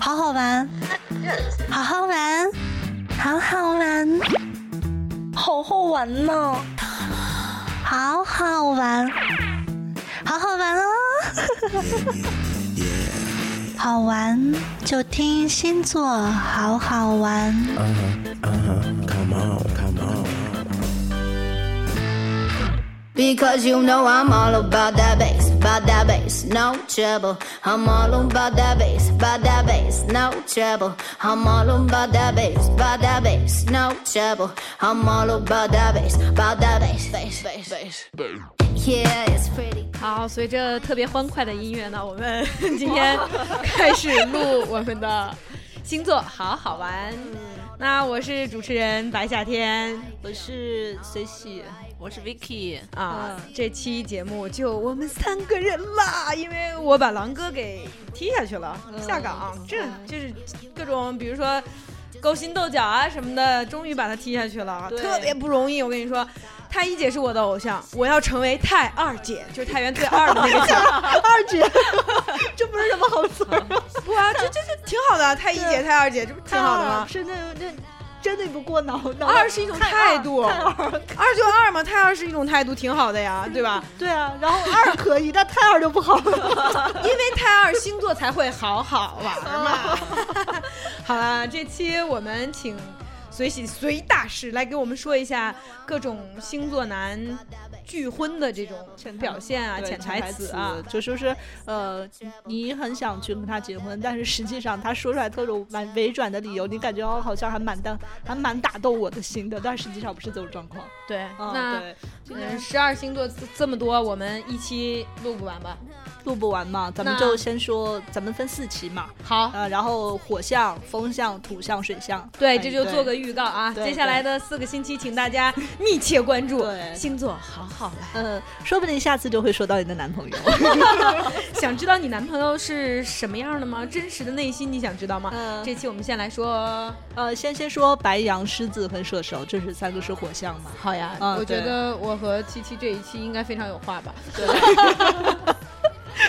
好好玩，好好玩，好好玩，好好玩呢、好好玩，好好玩哦！好玩就听星座，好好玩。 Because you know I'm all about that bass, about that bass, no trouble. I'm all about that bass, about that bass, no trouble. I'm all about that bass, about that bass, no trouble. I'm all about that bass, about that bass, bass, bass, bass. Yeah, it's pretty. 好，随着特别欢快的音乐呢，我们今天开始录我们的星座，好好玩。那我是主持人白夏天嗯我是随喜，我是 Vicky，啊，这期节目就我们三个人啦，因为我把狼哥给踢下去了，下岗，这就是各种比如说。勾心斗角啊什么的，终于把他踢下去了，啊对特别不容易。我跟你说，太一姐是我的偶像，我要成为太二姐，就是太原最二的那个姐。二姐，这不是什么好词儿吗？不啊，这这这挺好的，啊太一姐、太二姐，这不挺好的啊吗？是那那真的不过脑脑二是一种态度， 二二就二嘛，太二是一种态度，挺好的呀，对吧？对啊，然后二可以，但太二就不好了。因为太二星座才会好好玩嘛。 好啦，这期我们请随喜随大师来给我们说一下各种星座男拒婚的这种表现 啊、对潜台词啊。就就是呃，你很想去跟他结婚，但是实际上他说出来各种蛮委婉的理由，你感觉哦好像还蛮打还蛮打动我的心的，但实际上不是这种状况。对，嗯，那对，嗯，十二星座这这么多，我们一期录不完吧？录不完嘛，咱们那就先说，咱们分四期嘛，好，呃，然后火象、风象、土象、水象，对，哎这就做个预告啊！对接下来的四个星期，请大家密切关注对星座，好好玩。呃，说不定下次就会说到你的男朋友。想知道你男朋友是什么样的吗？真实的内心你想知道吗？嗯这期我们先来说，呃，先先说白羊、狮子和射手，这是三个是火象 嘛。好呀嗯我觉对得我和七七这一期应该非常有话吧。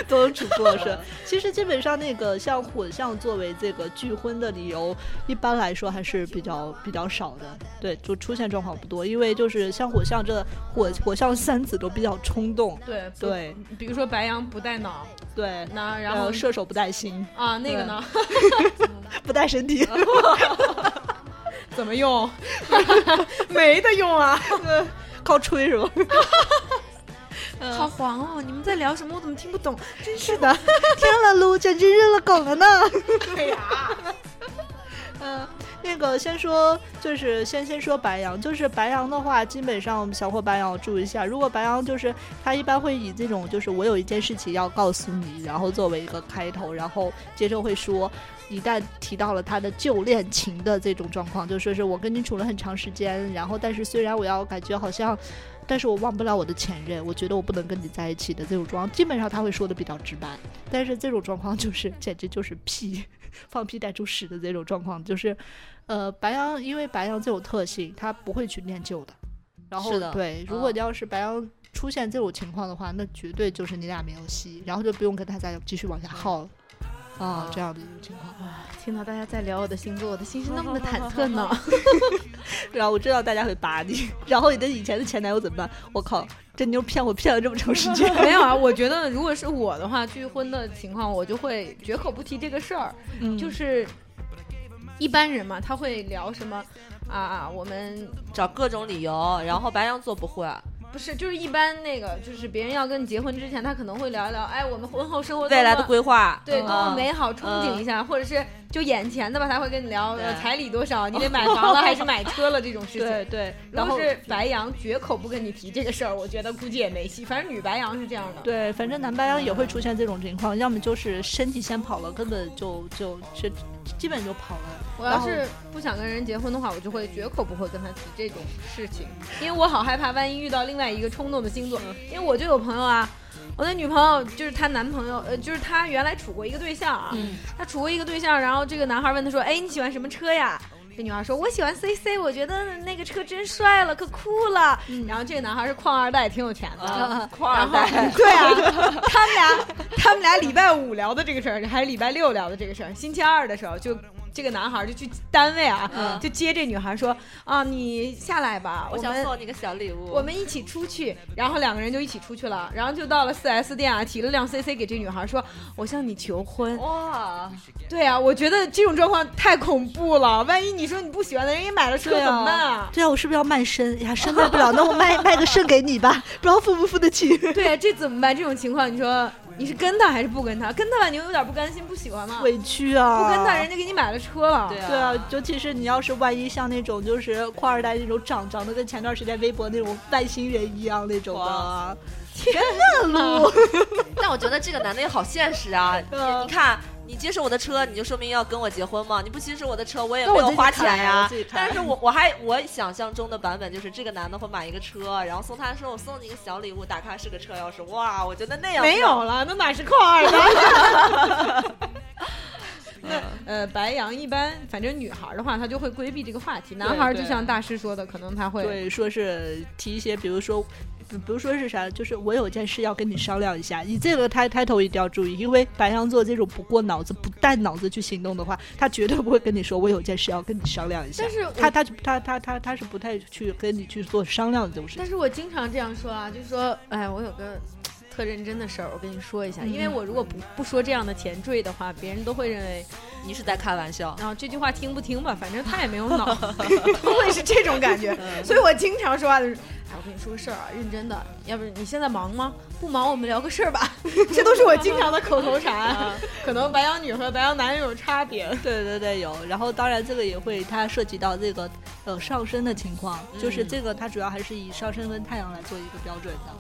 都有主播是，其实基本上那个像混象作为这个拒婚的理由，一般来说还是比较比较少的，对，就出现状况不多，因为就是像火象这火火象三子都比较冲动，对不对呃比如说白羊不带脑，对，那然后射手不带心，啊那个呢？不带身体， 怎么用？没得用 啊！靠吹是吧？嗯好黄哦！你们在聊什么？我怎么听不懂？真是的。天了噜，简直日了狗了呢！对 呀，嗯，那个先说，就是先先说白羊，就是白羊的话，基本上小伙伴要注意一下。如果白羊就是他一般会以这种就是我有一件事情要告诉你，然后作为一个开头，然后接着会说，一旦提到了他的旧恋情的这种状况，就说是我跟你处了很长时间，然后但是虽然我要感觉好像。但是我忘不了我的前任，我觉得我不能跟你在一起的这种状况，基本上他会说的比较直白。但是这种状况就是简直就是屁， 放屁带出屎的这种状况，就是，呃，白羊因为白羊这种特性，他不会去念旧的。然后是的对，如嗯果你要是白羊出现这种情况的话，那绝对就是你俩没有戏，然后就不用跟他再继续往下耗了。啊、这样的一种情况。听到大家在聊我的星座，我的心是那么的忐忑呢。然后我知道大家会扒你， 然后你的以前的前男友怎么办？我靠，这妞骗我骗了这么长时间。 没有啊，我觉得如果是我的话，拒婚的情况，我就会绝口不提这个事儿。 嗯就是一般人嘛，他会聊什么啊？我们找各种理由，然后白羊座不会，不是，就是一般那个，就是别人要跟你结婚之前，他可能会聊一聊，哎，我们婚后生活多么未来的规划，对，多么嗯美好，憧憬一下，或者是就眼前的吧，他会跟你聊对呃彩礼多少，你得 买房了还是买车了这种事对情。对，如然果后是白羊，绝口不跟你提这个事儿，我觉得估计也没戏。反正女白羊是这样的，对，反正南白羊也会出现这种情况，要么就是身体先跑了，根本就就就基本就跑了。我要是不想跟人结婚的话，我就会绝口不会跟他提这种事情，因为我好害怕，万一遇到另外一个冲动的星座。因为我就有朋友啊，我的女朋友就是她男朋友，呃，就是她原来处过一个对象啊，她处过一个对象，然后这个男孩问她说：“哎，你喜欢什么车呀？”这女孩说：“我喜欢 CC，我觉得那个车真帅了，可酷了。嗯然后这个男孩是矿二代，挺有钱的。 啊，跨二代，对啊，他们俩，他他们俩礼拜五聊的这个事儿，还是礼拜六聊的这个事儿，星期二的时候就。这个男孩就去单位啊，嗯就接这女孩说啊，你下来吧，我我想们送你个小礼物。我们一起出去，然后两个人就一起出去了，然后就到了四 S 店啊，提了辆 CC 给这女孩说，我向你求婚。哇，对啊，我觉得这种状况太恐怖了，万一你说你不喜欢的人也买了车对怎啊么办啊？对啊，我是不是要卖身呀？身卖不了，那我卖卖个肾给你吧，不知道付不付得 起。对啊，这怎么办？这种情况，你说你是跟他还是不跟他？跟他吧，你又有点不甘心，不喜欢嘛；委屈啊！不跟他，人家给你买了车了。对啊对啊，尤其是你要是万一像那种就是酷二代那种长长得跟前段时间微博那种外星人一样那种哇的，啊天呐，路 但我觉得这个男的也好现 实啊！你嗯你看，你接受我的车，你就说明要跟我结婚嘛；你不接受我的车，我也那没我有自己花开钱啊呀我自己。开但是我我还我想象中的版本就是这个男的会买一个车，然后送他说我送你一个小礼物，打开是个车钥匙，哇，我觉得那样 没有了，那哪是扣二的？ 那呃，白羊一般，反正女孩儿的话，她就会规避这个话题。男孩儿就对像大师说的，可能他会对，说是提一些，比如说。比比如说是啥，就是我有件事要跟你商量一下，你这个开开头一定要注意，因为白羊座这种不过脑子、不带脑子去行动的话，他绝对不会跟你说我有件事要跟你商量一下。但是我他他他他他他是不太去跟你去做商量的这种事情但。是我经常这样说啊，就说，哎，我有个特认真的事儿，我跟你说一下，因为我如果不不说这样的前缀的话，别人都会认为，你是在开玩笑。啊，这句话听不听吧，反正他也没有脑， 会是这种感觉。所以我经常说话就是，哎，我跟你说个事儿啊，认真的，要不你现在忙吗？不忙，我们聊个事儿吧。 这都是我经常的口头禅， 可能白羊女和白羊男有差别。对对对，有。然后当然这个也会，它涉及到这个呃上升的情况，就是这个它主要还是以上升跟太阳来做一个标准的。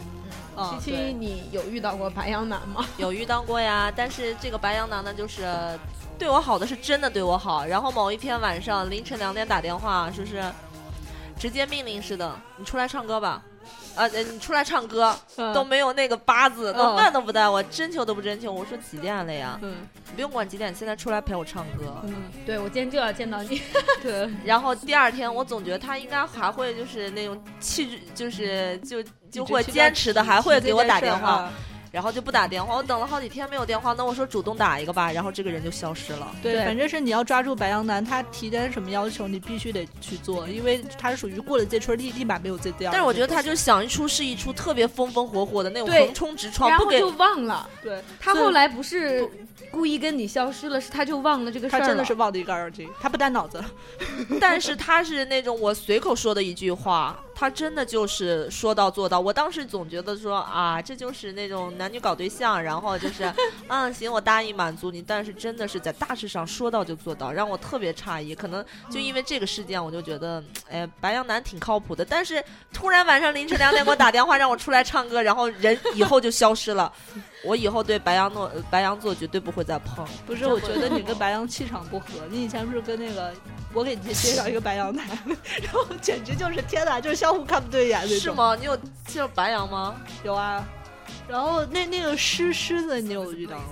嗯，七对七，你有遇到过白羊男吗？有遇到过呀，但是这个白羊男呢，就是对我好的是真的对我好。然后某一天晚上凌晨两点打电话，说是直接命令似的，你出来唱歌吧，啊，呃你出来唱歌都没有那个八字，嗯都问都不带我，征求都不征求。我说几点了呀？嗯你不用管几点，现在出来陪我唱歌。嗯，对我今天就要见到你。 对。然后第二天，我总觉得他应该还会就是那种气质，就是就就会坚持的，还会给我打电啊话。。嗯然后就不打电话，我等了好几天没有电话，那我说主动打一个吧，然后这个人就消失了。对，对反正是你要抓住白羊男，他提的什么要求你必须得去做，因为他是属于过了这村立立马没有这啊第二。但是我觉得他就想一出是一出，特别风风火火的那种对横冲直撞，然不后给就忘了。对他所以后来不是故意跟你消失了，是他就忘了这个事他儿真的了是忘得一干二净，他不带脑子。但是他是那种我随口说的一句话，他真的就是说到做到。我当时总觉得说啊，这就是那种男女搞对象，然后就是 嗯行，我答应满足你。但是真的是在大事上说到就做到，让我特别诧异。可能就因为这个事件，我就觉得哎，白羊男挺靠谱的。但是突然晚上凌晨两点给我打电话让我出来唱歌，然后人以后就消失了。我以后对白羊座呃白羊座绝对不会再碰。 不是，我觉得你跟白羊气场不合。你以前不是跟那个，我给你介绍一个白羊 男，然后简直就是天哪，就是相互看不哎对眼那种。是吗？你有介绍白羊吗？有啊，然后那那个狮狮子你有遇到吗？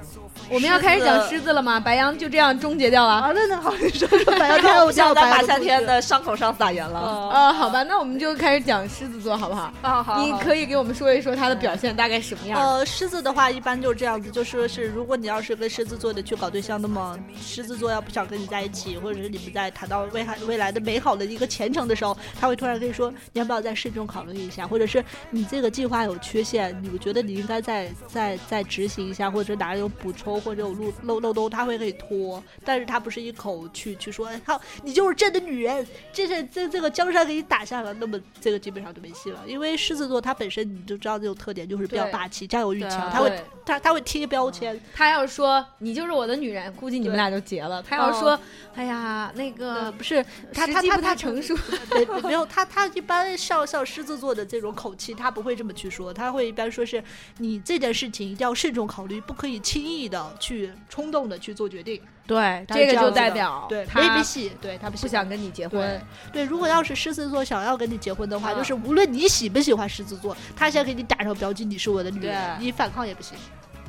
我们要开始讲狮狮子了吗？白羊就这样终结掉了。啊，那那好，你说说白 羊那天，我叫想在白马羊夏天。的伤口上撒盐了。啊呃，好吧，那我们就开始讲狮子座，好不好？嗯啊，好你可以给我们说一说他的表现大概什么样？呃，狮子的话一般就是这样子，就说是如果你要是跟狮子座的去搞对象，那么狮子座要不想跟你在一起，或者是你们在谈到未来未来的美好的一个前程的时候，他会突然跟你说，你要不要再慎重考虑一下，或者是你这个计划有缺陷，你觉得你应该再再再执行一下，或者哪里有补充或者有漏漏漏洞，他会给你拖，但是他不是一口去去说，哎靠，你就是朕的女人，这这这这个江山给你打下了，那么这个基本上就没戏了，因为狮子座他本身你就知道这种特点就是比较对霸气，占有欲对强，啊他会对他他会贴标签，他要说你就是我的女人，估计你们俩就结了。他要说，哎呀，那呃，个哦不是他时他机他不他太成 熟，没没有他他一般像像狮子座的这种口气，他不会这么去说，他会一般说是你这件事情一定要慎重考虑，不可以轻易的去冲动的去做决定，对，他是这个样就子的代表对没没他戏，对他不不喜欢想跟你结对婚。对，如果要是狮子座想要跟你结婚的话，嗯就是无论你喜不喜欢狮子座，他先给你打上标记，你是我的女人，对你反抗也不行。嗯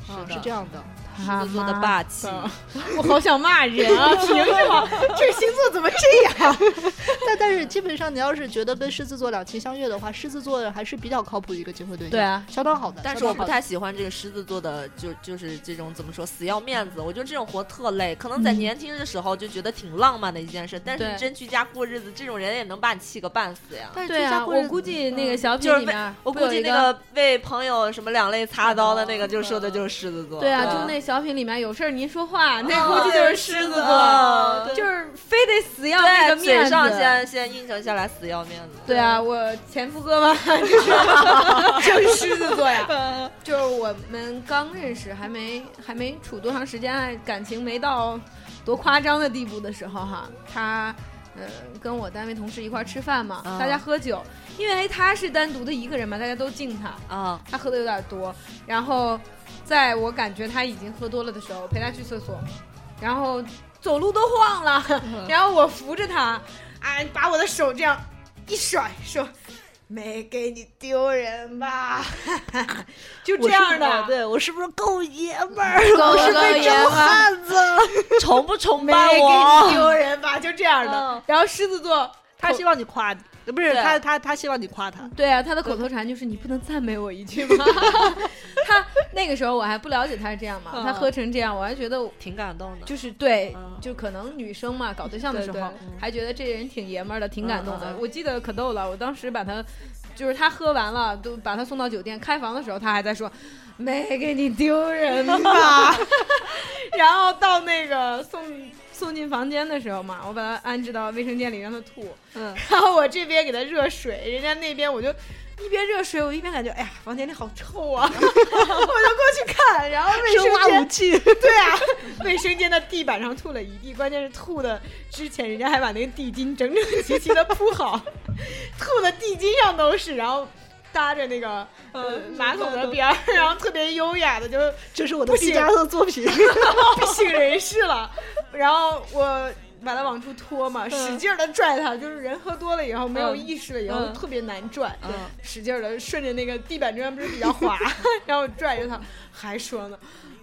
啊是是的这样的。狮子座的霸气，我好想骂人 啊！凭什么？这星座怎么这样？ 啊但但是基本上，你要是觉得跟狮子座两情相悦的话，狮子座还是比较靠谱的一个结婚对象，对啊相当好的。但是相我当不好的太喜欢这个狮子座的，就就是这种怎么说，死要面子。我觉得这种活特累，可能在嗯年轻的时候就觉得挺浪漫的一件事，但是对你真居家过日子，这种人也能把你气个半死呀。但是对居家啊，过日我子估计那个小嗯就品是里为面，我不估有计一那个为朋友什么两肋插刀的那个，就说的就是狮子座。嗯对啊，嗯就那小品里面有事儿您说话，那哦估计就是狮子哦座，对就是非得死要那个对面嘴子。上先先应承下来，死要面子。对啊，我前夫哥嘛， 就是就是狮子座呀，就是我们刚认识，还没还没处多长时间啊，感情没到多夸张的地步的时候哈，他。呃，跟我单位同事一块儿吃饭嘛，啊大家喝酒，因为他是单独的一个人嘛，大家都敬他，啊，他喝的有点多，然后在我感觉他已经喝多了的时候，我陪他去厕所，然后走路都晃了，然后我扶着他，啊，嗯把我的手这样一甩，说没给你丢人吧，就这样我是不是的，对我是不是够爷们儿？狗我是被爷蒸们汉子了。崇不崇没拜给你我？丢人吧，就这样的嗯。然后狮子座。他希望你夸你，呃不是对他他他希望你夸他。对啊，他的口头禅就是你不能赞美我一句吗？ 他那个时候我还不了解他是这样嘛，他喝成这样，我还觉得挺感动的。就是对，嗯就可能女生嘛，搞对象的时对候对还觉得这人挺爷们儿的，挺感动嗯的嗯。嗯我记得可逗了，我当时把他，就是他喝完了，都把他送到酒店开房的时候，他还在说没给你丢人吧。 然后到那个送送进房间的时候嘛，我把他安置到卫生间里让他吐，嗯，然后我这边给他热水，人家那边我就一边热水，我一边感觉哎呀房间里好臭啊， 我就过去看，然后卫生生化武间器，对啊，卫生间的地板上吐了一地，关键是吐的之前人家还把那个地巾整整齐齐的铺好， 吐的地巾上都是，然后搭着那个呃马桶的边儿，然后特别优雅的就这是我的不行毕加索作 品。不省人事了。然后我把它往出拖嗯嘛，使劲的拽它，就是人喝多了以后没有意识了以后、嗯特别难拽，嗯使劲的顺着那个地板砖不是比较 滑，然后拽着它，还说呢。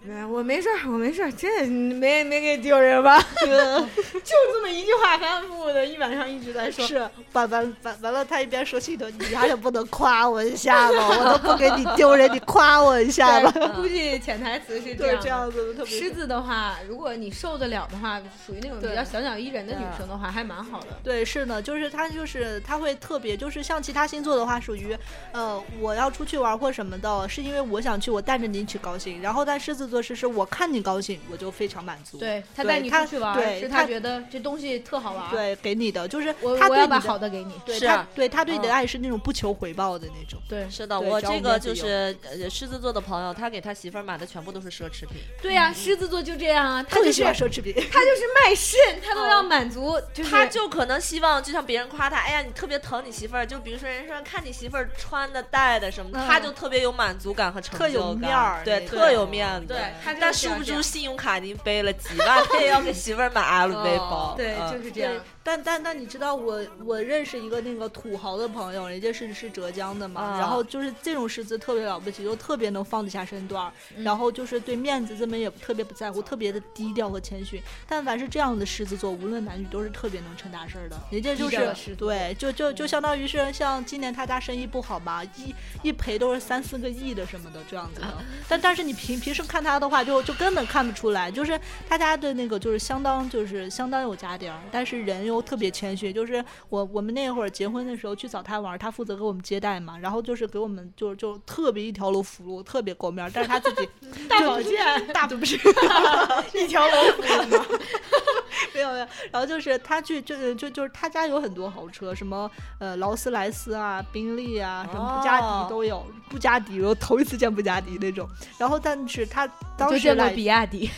没，我没事儿，我没事儿，这没没给丢人吧？嗯 就这么一句话，反反复复的一晚上一直在说。是，完完完完了，他一边说心里头，你还是不能夸我一下吧？我都不给你丢人，你夸我一下吧。对，估计潜台词是啊对，这这样样的。子的特别狮子的话，如果你受得了的话，属于那种比较小鸟依人的女生的话，还蛮好的。对，是呢，就是他就是他会特别，就是像其他星座的话，属于，呃，我要出去玩或什么的，是因为我想去，我带着你一起高兴。然后但狮子座是是我看你高兴，我就非常满足。对他对带你他出去玩儿，对是他他觉得这东西特好玩儿，对，给你的就是我他我对要你把的好啊的给你。对是他对他对你嗯的爱是那种不求回报的那种。对是的，对我只要这我个面子就是呃狮子座的朋友，他给他媳妇儿买的全部都是奢侈品。对呀、狮子座就这样啊，他特就别是喜欢哦奢侈品，他就是卖肾，他都要满足，就是他就可能希望，就像别人夸他，哎呀，你特别疼你媳妇儿，就比如说人说看你媳妇儿穿的、戴的什么的，嗯他就特别有满足感和成特就有感，面儿对，那特有种面子。对，他但是殊要不这知样信用卡已经背了几万，他也要给媳妇儿买 LV 包。对嗯就是这样对。但但但你知道我我认识一个那个土豪的朋友，人家是是浙江的嘛，啊然后就是这种狮子特别了不起，又特别能放得下身段儿，嗯然后就是对面子这么也特别不在乎，特别的低调和谦逊。但凡是这样的狮子座，无论男女都是特别能成大事儿的，人家就低调是的狮嗯子座对，就就就相当于是像今年他家生意不好嘛，一一赔都是三四个亿的什么的这样子啊的。但但是你平平时看他的话就，就根本看不出来，就是他家的那个就是相当就是相当有家底儿，但是人又特别谦虚。就是我我们那会儿结婚的时候去找他玩儿，他负责给我们接待嘛，然后就是给我们就就特别一条龙服务，特别够面儿。但是他自 己大保健大不是 一条龙服务吗？没有没有，然后就是他去就呃就就是他家有很多豪车，什么呃劳斯莱斯啊、宾利啊，什么布加哦迪都有。布加迪我头一次见布加迪那种，然后但是他当就时见过来比亚 迪，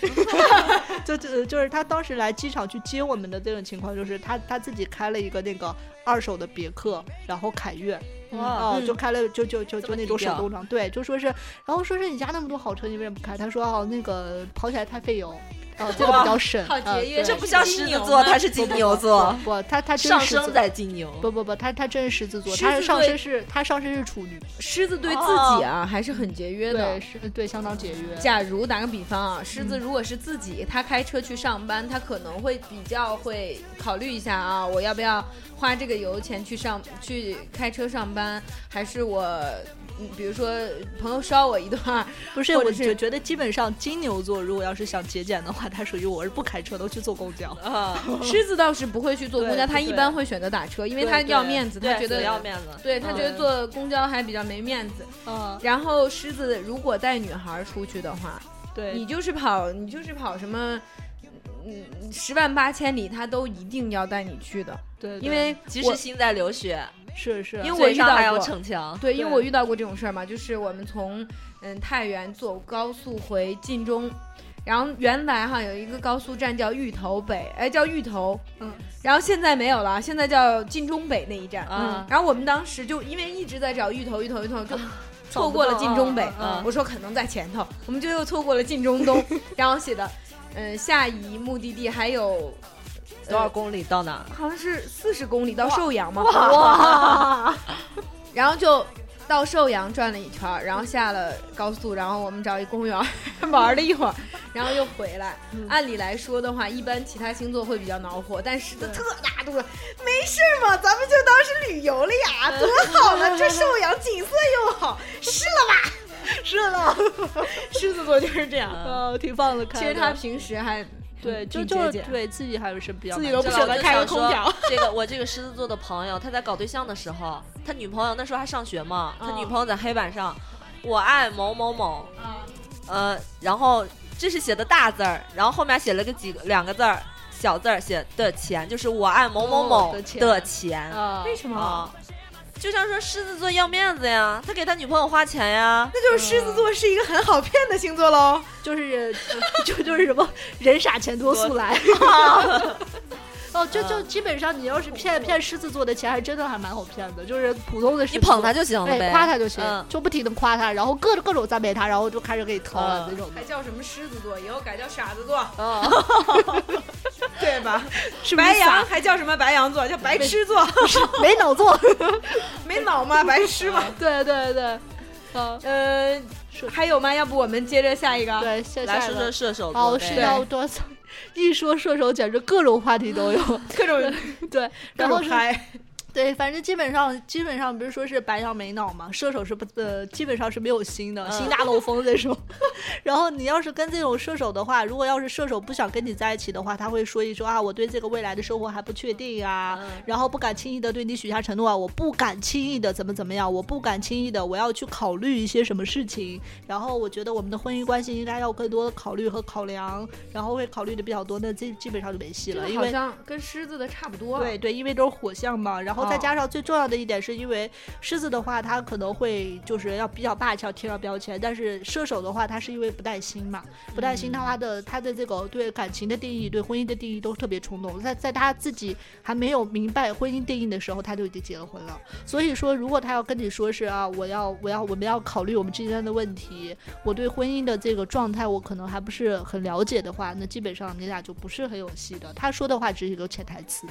就呃就就是他当时来机场去接我们的这种情况，就是他他自己开了一个那个二手的别克，然后凯越，哇，哦，嗯就开了就就就这就么那低种手调动挡，对，就说是，然后说是你家那么多好车，你为什么不开？他说哦，那个跑起来太费油。哦，这个比较省，好呃节约对这不像狮子座，他是金牛座，不，他他真上狮升子在金 牛。不不不，他他真是狮子座，狮他子上对身是他上身是处女，狮子对自己啊、还是很节约的哦对，。是对相当节约。假如打个比方啊，狮子如果是自己，他开车去上班，他可能会比较会考虑一下啊，我要不要花这个油钱去上去开车上班，还是我，嗯比如说朋友捎我一段儿，不是，或者我是觉觉得基本上金牛座如果要是想节俭的话，他属于我是不开车都去坐公交。啊，狮子倒是不会去坐公交，对他一般会选择打车，因为对他对要面子，他对觉得死要面子。对他觉得嗯坐公交还比较没面子。 嗯，然后狮子如果带女孩出去的话，你对，就是跑，你就是跑什么，嗯，十万八千里，他都一定要带你去的，对，因为即我使心在流血，是是，啊因为我嘴遇上还到要过。逞强。对，因为对我遇到过这种事儿嘛，就是我们从嗯太原坐高速回晋中，然后原来哈有一个高速站叫芋头北，哎叫芋头，嗯，然后现在没有了，现在叫晋中北那一站，嗯啊然后我们当时就因为一直在找芋头，芋头，芋头就。错找不过了到晋中北，嗯嗯我说可能在前头，我们就又错过了晋中 东，然后写的，嗯、下一目的地还有呃多少公里到哪？好像是四十公里到寿阳嘛，哇， 然后就到寿阳转了一圈儿，然后下了高速，然后我们找一公园儿玩了一会儿， 然后又回来。嗯按理来说的话，一般其他星座会比较恼火，但是嗯的特大度了，没事儿嘛，咱们就当是旅游了呀，嗯多好 了，这寿阳景色又好，是了吧？是了，狮子座就是这样。呃，挺放得开其的。实他平时还对，就挺就节俭对自己还是比较自己蛮都节不俭舍得开个空调。这个我这个狮子座的朋友，他在搞对象的时候，他女朋友那时候还上学嘛，他嗯女朋友在黑板上，我爱某某某，嗯啊呃，然后这是写的大字儿，然后后面写了个几个两个字儿，小字儿写的钱，就是我爱某某哦某的钱的钱啊，为什么？啊。就像说狮子座要面子呀，他给他女朋友花钱呀，那就是狮子座是一个很好骗的星座喽。就是就就是什么人傻钱多速来。哦，就就基本上你要是骗骗狮子座的钱，还真的还蛮好骗的，就是普通的狮你子座捧他就行了哎，呗，夸他就行嗯，就不停的夸他，然后各各种赞美他，然后就开始给你掏了嗯那种的还，叫什么狮子座？以后改叫傻子座，嗯， 对吧？是不是白羊傻？还叫什么白羊座？叫白痴座， 没脑做， 没脑吗？ 白痴吗？ 对对对，嗯，呃，是还有吗？要不我们接着下一个？对，现来在说说射手座哦，呗是要多少？一说 射手，简直各种话题都有。各种对，各然后种是嗨， 对，反正基本上基本上不是说是白羊没脑嘛，射手是不呃基本上是没有心嗯的，心大漏风这种。 然后你要是跟这种射手的话，如果要是射手不想跟你在一起的话，他会说一说啊，我对这个未来的生活还不确定啊，嗯然后不敢轻易的对你许下承诺啊，我不敢轻易的怎么怎么样，我不敢轻易的我要去考虑一些什么事情。然后我觉得我们的婚姻关系应该要更多的考虑和考量，然后会考虑的比较多，那这基本上就没戏了，因为像跟狮子的差不多对对，因为都是火象嘛，然后再哦加上最重要的一点，是因为狮子的话，它可能会就是要比较霸气，要贴上标签；但是射手的话，它是因为不带心嘛，不带嗯心，他的他的这个对感情的定义、对婚姻的定义都特别冲动。在在他自己还没有明白婚姻定义的时候，他就已经结了婚了。所以说，如果他要跟你说是啊，我要我要我们要考虑我们之间的问题，我对婚姻的这个状态我可能还不是很了解的话，那基本上你俩就不是很有戏的。他说的话只是一个潜台词。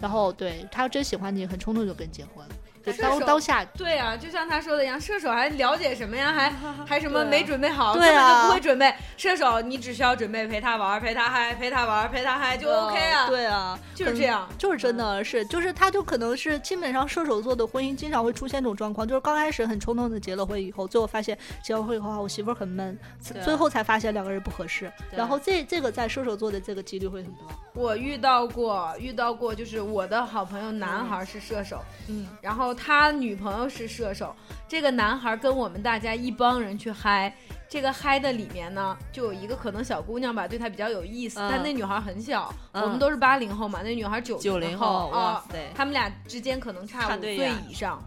然后对他要真喜欢你，很冲动就跟你结婚，就射当手当下对啊，就像他说的一样，射手还了解什么呀？ 还还什么对啊没准备好，对啊根本就不会准备。射手，你只需要准备陪他玩儿，陪他嗨，陪他玩儿，陪他嗨就 OK 啊，对啊，就是这样。就是真的是，就是他就可能是基本上射手座的婚姻经常会出现这种状况，就是刚开始很冲动的结了婚以后，最后发现结完婚以后啊，我媳妇儿很闷，对最后才发现两个人不合适，对然后这这个在射手座的这个几率会很高，我遇到过，遇到过，就是我的好朋友男孩是射手，嗯，然后他女朋友是射手，这个男孩跟我们大家一帮人去嗨，这个嗨的里面呢，就有一个可能小姑娘吧，对他比较有意思，嗯但那女孩很小，嗯我们都是八零后嘛，那女孩九九零后后，哇啊，塞，他们俩之间可能差差五对岁眼以上。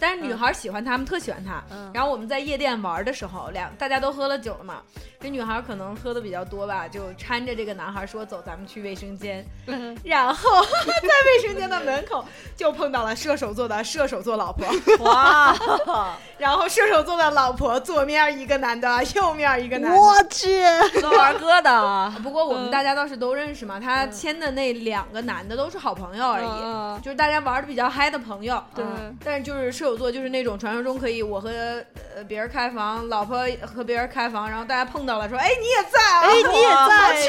但是女孩喜欢他们，特喜欢他。嗯然后我们在夜店玩的时候，两大家都喝了酒了嘛，这女孩可能喝的比较多吧，就搀着这个男孩说：“走，咱们去卫生间。”嗯然后在卫生间的门口就碰到了射手座的射手座老婆， 哇，然后射手座的老婆左面一个男的，右面一个男的。我去，都玩疙瘩，不过我嗯们大家倒是都认识嘛，他签的那两个男的都是好朋友而已，嗯就是大家玩的比较嗨的朋友。对嗯但是就是射手座就是那种传说中可以我和呃别人开房，老婆和别人开房，然后大家碰到了说，哎你也在啊，哎，你也在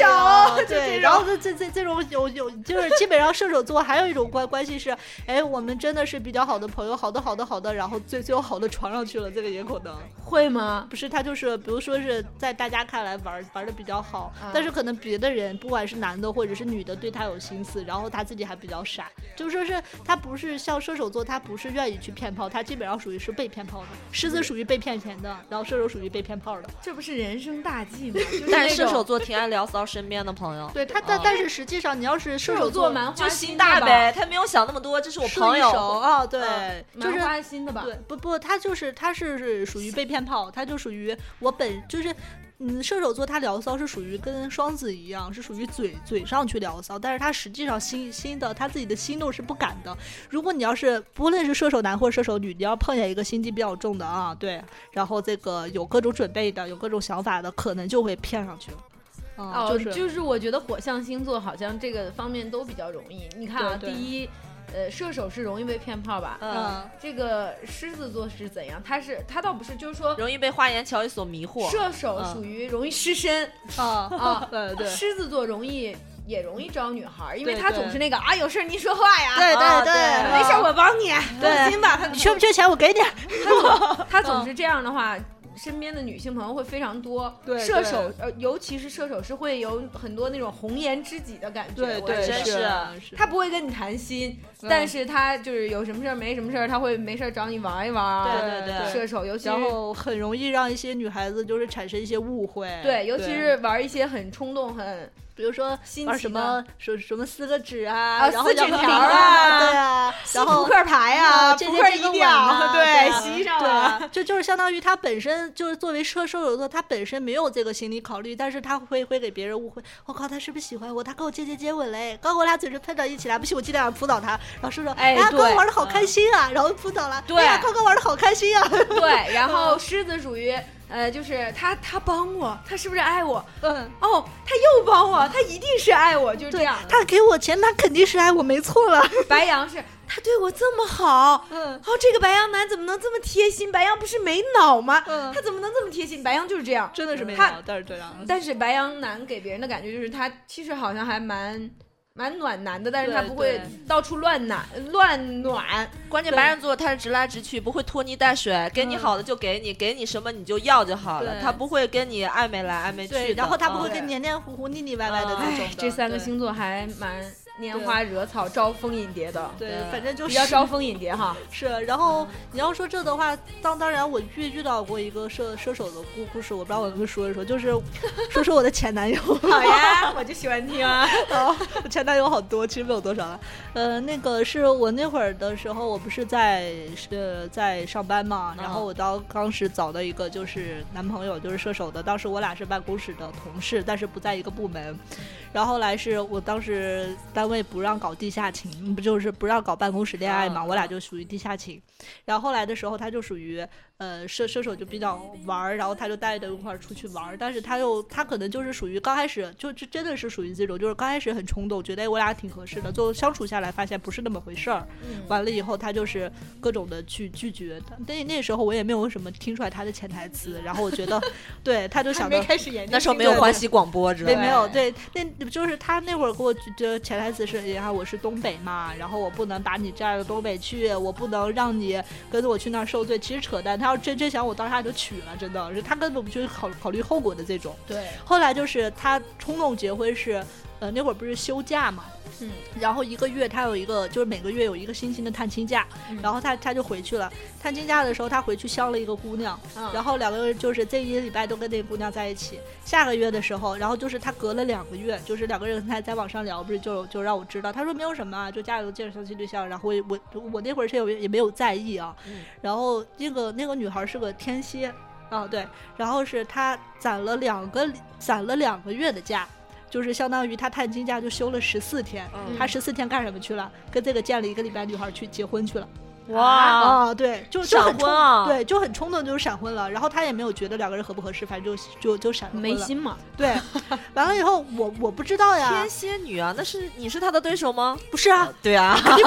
好巧呀哦，就对，这然种后这这这这种有有就是基本上射手座还有一种关关系是，哎，我们真的是比较好的朋友，好的好的好的，然后最最后好的床上去了，这个也可能会吗？不是他就是，比如说是在大家看来玩玩的比较好，啊但是可能别的人不管是男的或者是女的对他有心思，然后他自己还比较傻，就说是他不是像射手座，他不是愿意去骗炮，他基本上属于是被骗炮的，狮子属于被骗钱的，然后射手属于被骗炮的。这不是人生大计吗？就是但那是射种手座挺爱聊骚身边的朋友，对他，但、哦但是实际上，你要是射射手手座座蛮花就心的心大吧，呗，他没有想那么多，这是我朋是一手友。啊，对，就嗯蛮是花心的吧？对，不不，他就是他是是属于被骗炮，他就属于我本就是。嗯，射手座他聊骚是属于跟双子一样，是属于嘴嘴上去聊骚，但是他实际上心心的他自己的心动是不敢的。如果你要是不论是射手男或者射手女，你要碰见一个心机比较重的啊，对，然后这个有各种准备的，有各种想法的，可能就会骗上去了。嗯、哦，就是就是我觉得火象星座好像这个方面都比较容易。你看啊，对对第一，呃，射手是容易被骗炮吧？嗯，嗯，这个狮子座是怎样？他是他倒不是，就是说容易被花言巧语所迷惑。射手嗯属于容易失 身啊、，啊对 对。狮子座容易也容易招女孩儿，因为对他对总是那个啊，有事儿您说话呀，对啊对对没事儿我帮你，对嗯放心吧。他 缺不缺钱我给你。他总是这样的话。身边的女性朋友会非常多，对射对手呃，尤其是射手是会有很多那种红颜知己的感觉，对我觉对，得真是是他不会跟你谈心，但是他就是有什么事儿没什么事儿，他会没事儿找你玩一玩。对对对射手尤其是然后很容易让一些女孩子就是产生一些误会，对，尤其是玩一些很冲动、很比如说新奇玩的什么什什么撕个纸啊，啊然后撕纸要不要条饼啊对啊，然后扑克牌啊啊、这扑些克这个一碗 啊掉，对啊吸上对了。啊，就就是相当于他本身就是作为射射手座，他本身没有这个心理考虑，但是他会会给别人误会，我靠，他是不是喜欢我？他跟我接接接吻嘞，刚我俩嘴唇碰到一起了，不行，我尽量扑倒他，然后射手，哎呀，对跟我玩的好开心啊，然后扑倒了，对哎呀，刚刚玩的好开心啊， 对，然后狮子属于呃，就是他他帮我，他是不是爱我？嗯，哦，他又帮我，他一定是爱我，就是这对样。，他给我钱，他肯定是哎爱我，没错了，白羊是他对我这么好，嗯。哦，这个白羊男怎么能这么贴心？白羊不是没脑吗？嗯他怎么能这么贴心？白羊就是这样，真的是没他有，但是嗯这样。但是白羊男给别人的感觉就是他其实好像还蛮蛮暖男的，但是他对不会对到处乱暖乱暖。关键对白羊座他是直来直去，不会拖泥带水，给你好的就给你，给你什么你就要就好了，对他不会跟你暧昧来暧昧去的。对，然后他不会嗯跟黏黏糊糊、腻腻歪歪的嗯那种哎的。，这三个对星座还蛮拈花惹草、招蜂引蝶的，对对，反正就比是较招嗯蜂引蝶哈。是。然后你要说这的话，当当然我遇遇到过一个射射手的故故事，我不知道我跟你说一说，就是 说说我的前男友。好哎呀， 我就喜欢听啊。然后 我前男友好多，其实没有多少了。呃，那个是我那会儿的时候，我不是在呃在上班嘛，然后我当当时找的一个就是男朋友，就是射手的。当时我俩是办公室的同事，但是不在一个部门。然后后来是我当时单位不让搞地下情，不就是不让搞办公室恋爱嘛，啊我俩就属于地下情。然后后来的时候，他就属于呃射射手就比较玩儿，然后他就带着一块儿出去玩儿，但是他又他可能就是属于刚开始就就真的是属于这种，就是刚开始很冲动，觉得哎我俩挺合适的，最后相处下来发现不是那么回事儿。完了以后，他就是各种的去拒绝。那那时候我也没有什么听出来他的潜台词，然后我觉得 对他就想到没开始研究，那时候没有对欢喜广播，知道没吗？没有对，那就是他那会儿给我就潜台词是，哎呀，我是东北嘛，然后我不能把你拽到东北去，我不能让你跟着我去那儿受罪。其实扯淡，他要真真想我，当时他就娶了，真的是他根本不去考考虑后果的这种。对，后来就是他冲动结婚是，呃，那会儿不是休假嘛，嗯然后一个月他有一个，就是每个月有一个星期的探亲假，嗯然后他他就回去了。探亲假的时候，他回去相了一个姑娘，嗯然后两个人就是这一个礼拜都跟那个姑娘在一起。下个月的时候，然后就是他隔了两个月，就是两个人还在网上聊，不是就就让我知道，他说没有什么啊，就家里都介绍相亲对象，然后我也我我那会儿是有也没有在意啊。嗯然后那个那个女孩是个天蝎啊，对，然后是她攒了两个攒了两个月的假。就是相当于她探亲假就休了十四天，嗯他十四天干什么去了？跟这个见了一个礼拜女孩去结婚去了。哇，啊，对，就就闪很婚冲，啊！，对，就很冲动，就是闪婚了。然后他也没有觉得两个人合不合适，反正就就就闪了婚没了心嘛， 对，完了以后我我不知道呀天，蝎女啊，那是你是她的对手吗？不是啊，对啊，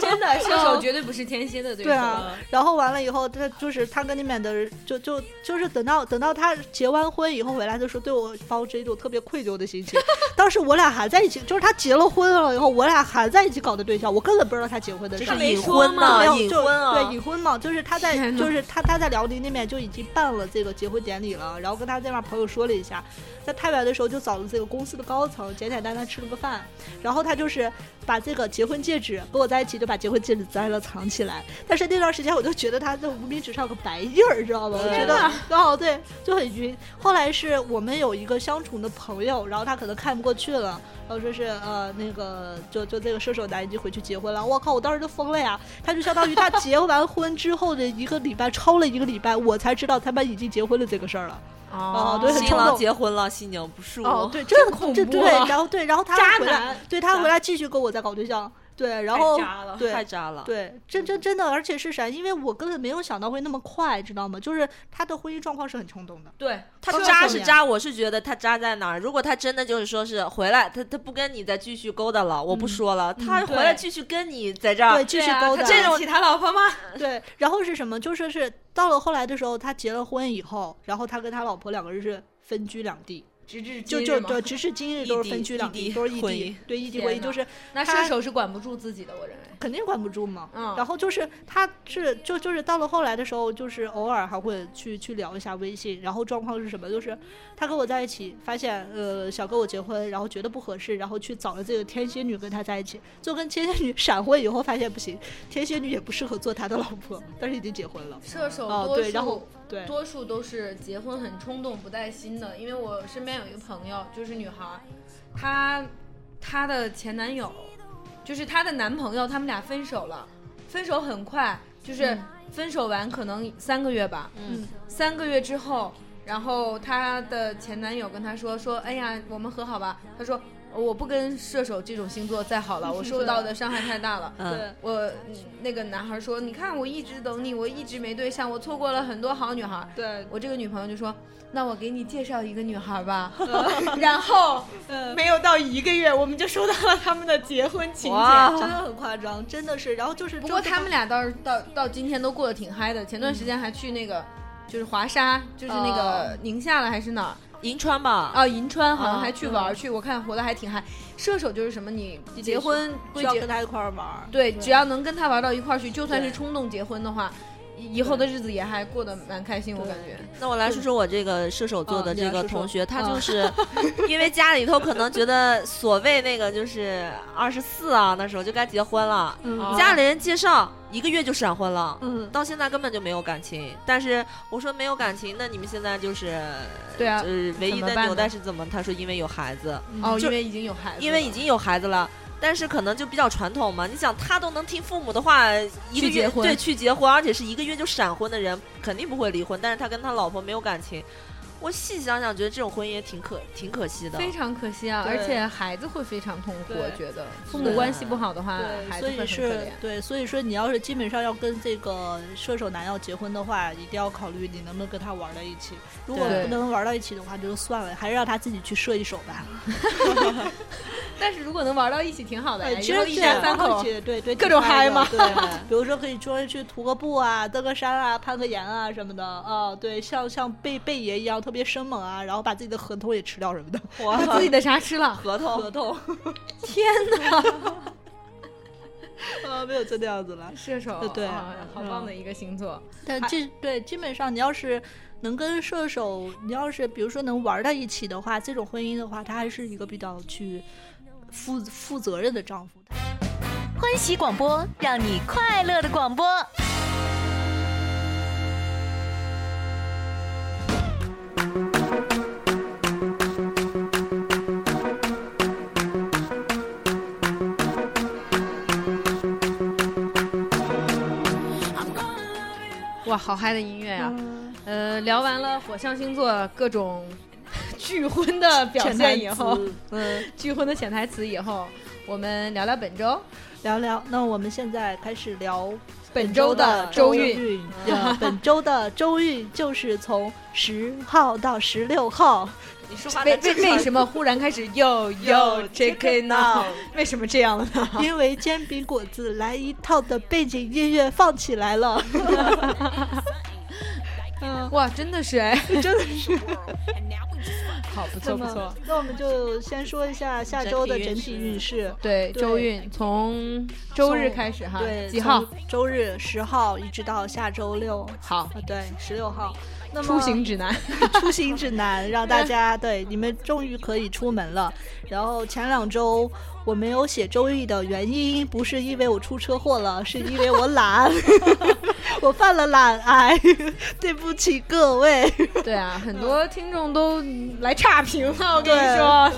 真的，射手绝对不是天蝎的对手。对啊，然后完了以后，他就是他跟里面的人就就就是等到等到他结完婚以后回来的时候，对我抱着一种特别愧疚的心 情。当时我俩还在一起，就是他结了婚了以后，我俩还在一起搞的对象，我根本不知道他结婚的事这儿。他是 没隐说婚嘛呐，没有隐就婚啊，对，已婚嘛，就是他在，天呐就是他他在辽宁那边就已经办了这个结婚典礼了，然后跟他那边朋友说了一下，在太原的时候就找了这个公司的高层，简简单单吃了个饭，然后他就是把这个结婚戒指跟我在一起就把结婚戒指摘了藏起来，但是那段时间我就觉得他在无名指上有个白印儿，知道吗？我觉得哦对，就很晕。后来是我们有一个相处的朋友，然后他可能看不过去了，然后说是呃那个就就这个射手男已经回去结婚了，我靠，我当时就疯了呀！他就相当于他结完婚之后的一个礼拜，超了一个礼拜，我才知道他们已经结婚了这个事儿了。哦对很新冲郎动结婚了，新娘不是我。哦，对，这真很恐这怖对，啊然后对，然后他渣回来男，对他渣回来继续跟我在搞对象，对，然太后渣了对 太渣了。对，真真真的，而且是啥？因为我根本没有想到会那么快，知道吗？就是他的婚姻状况是很冲动的。对，他刚哦渣刚是说渣，我是觉得他渣在哪儿？如果他真的就是说是回来，他他不跟你再继续勾搭了，我不说了，他回来对继续跟你在啊这嗯儿对，，继续勾搭。这种其啊他老婆吗？对，然后是什么？就说是到了后来的时候，他结了婚以后，然后他跟他老婆两个人是分居两地，直至就今就日嘛对，直至今日异都地是分居异两地地，都是异婚姻地，对异地天婚姻，就呐是那他射手是管不住自己的，我认为。肯定管不住嘛。嗯然后就是他是就就是到了后来的时候，就是呃偶尔还会去去聊一下微信，然后状况是什么？就是他跟我在一起，发现呃想跟我结婚，然后觉得不合适，然后去找了这个天蝎女跟他在一起，就跟天蝎女闪婚以后发现不行，天蝎女也不适合做他的老婆，但是已经结婚了。射手哦多数、对然后嗯对多数都是结婚很冲动、不带心的。因为我身边有一个朋友，就是女孩儿，她她的前男友，就是她的男朋友，他们俩分手了，分手很快，就是分手完可能三个月吧，嗯，三个月之后，然后她的前男友跟她说说，哎呀，我们和好吧。她说我不跟射手这种星座再好了，我受到的伤害太大了。嗯对，我嗯那个男孩说：“你看，我一直等你，我一直没对象，我错过了很多好女孩。”对，我这个女朋友就说：“那我给你介绍一个女孩 吧。然后没有到一个月，我们就收到了他们的结婚请哇真的很夸张，真的是。然后就是，不过他们俩倒是 到到今天都过得挺嗨的。前段时间还去那个。就是华沙，就是那个宁夏了还是哪儿？银川吧，啊，银川好像啊还去玩儿去，我看活得还挺嗨。射手就是什么，你嗯结是婚不归要结跟他一块儿玩儿。对，对只要能跟他玩到一块儿去，就算是对冲动结婚的话，以以后的日子也还过得蛮开心，我对感觉。那我来说说我这个射手座的这个同学，嗯他就是因为家里头可能觉得所谓那个就是二十四啊，那时候就该结婚了，嗯哦家里人介绍一个月就闪婚了，嗯，到现在根本就没有感情。但是我说没有感情，那你们现在就是对啊就，是唯一怎么的办纽呢带是怎么？他说因为有孩子，哦，就因为已经有孩子了，因为已经有孩子了。但是可能就比较传统嘛，你想他都能听父母的话，一个去月结婚对去结婚，而且是一个月就闪婚的人，肯定不会离婚。但是他跟他老婆没有感情，我细想想，觉得这种婚姻也挺可挺可惜的。非常可惜啊，对而且孩子会非常痛苦，对我觉得父母关系不好的话，对，啊孩子所会以很可是怜。对，所以说你要是基本上要跟这个射手男要结婚的话，一定要考虑你能不能跟他玩到一起。如果对不能玩到一起的话，就算了，还是让他自己去射一手吧。嗯但是如果能玩到一起，挺好的呀，哎其以后实一这家样三口，对对对，各种挺嗨嗨嘛的对，比如说可以专门去徒个步啊、登个山啊、攀个岩啊什么的啊。对，像像贝贝爷一样特别生猛啊，然后把自己的合同也吃掉什么的。哇， 把自己的啥吃了？合同合同，天哪！啊， 没有就那样子了。射手，对啊好棒的一个星座。但基对基本上，你要是能跟射手，你要是比如说能玩到一起的话，这种婚姻的话，它还是一个比较去负负责任的丈夫。欢喜广播，让你快乐的广 播。嗯哇，好嗨的音乐呀、呃，聊完了火象星座各种 拒婚的表现以后，嗯，拒婚的潜台词以后，我们聊聊本周聊聊。那我们现在开始聊本周的周运。运。呃本周的周运就是从十号到十六 号，你说话为的为为什么忽然开始又又 JK now？为什么这样了呢？因为煎饼果子来一套的背景音乐放起来 了，哇，真的是哎，真的是。 好不错不错。那我们就先说一下下周的整体运势。对，对周运从周日开始哈，对，几号？从周日十号一直到下周六，好，啊，对，十六号。那么出行指 南。 出行指南，让大家对你们终于可以出门了。然后前两周我没有写周易的原因，不是因为我出车祸了，是因为我懒， 我犯了懒癌， 对不起各 位。对啊，很多听众都来差评了，我跟你说，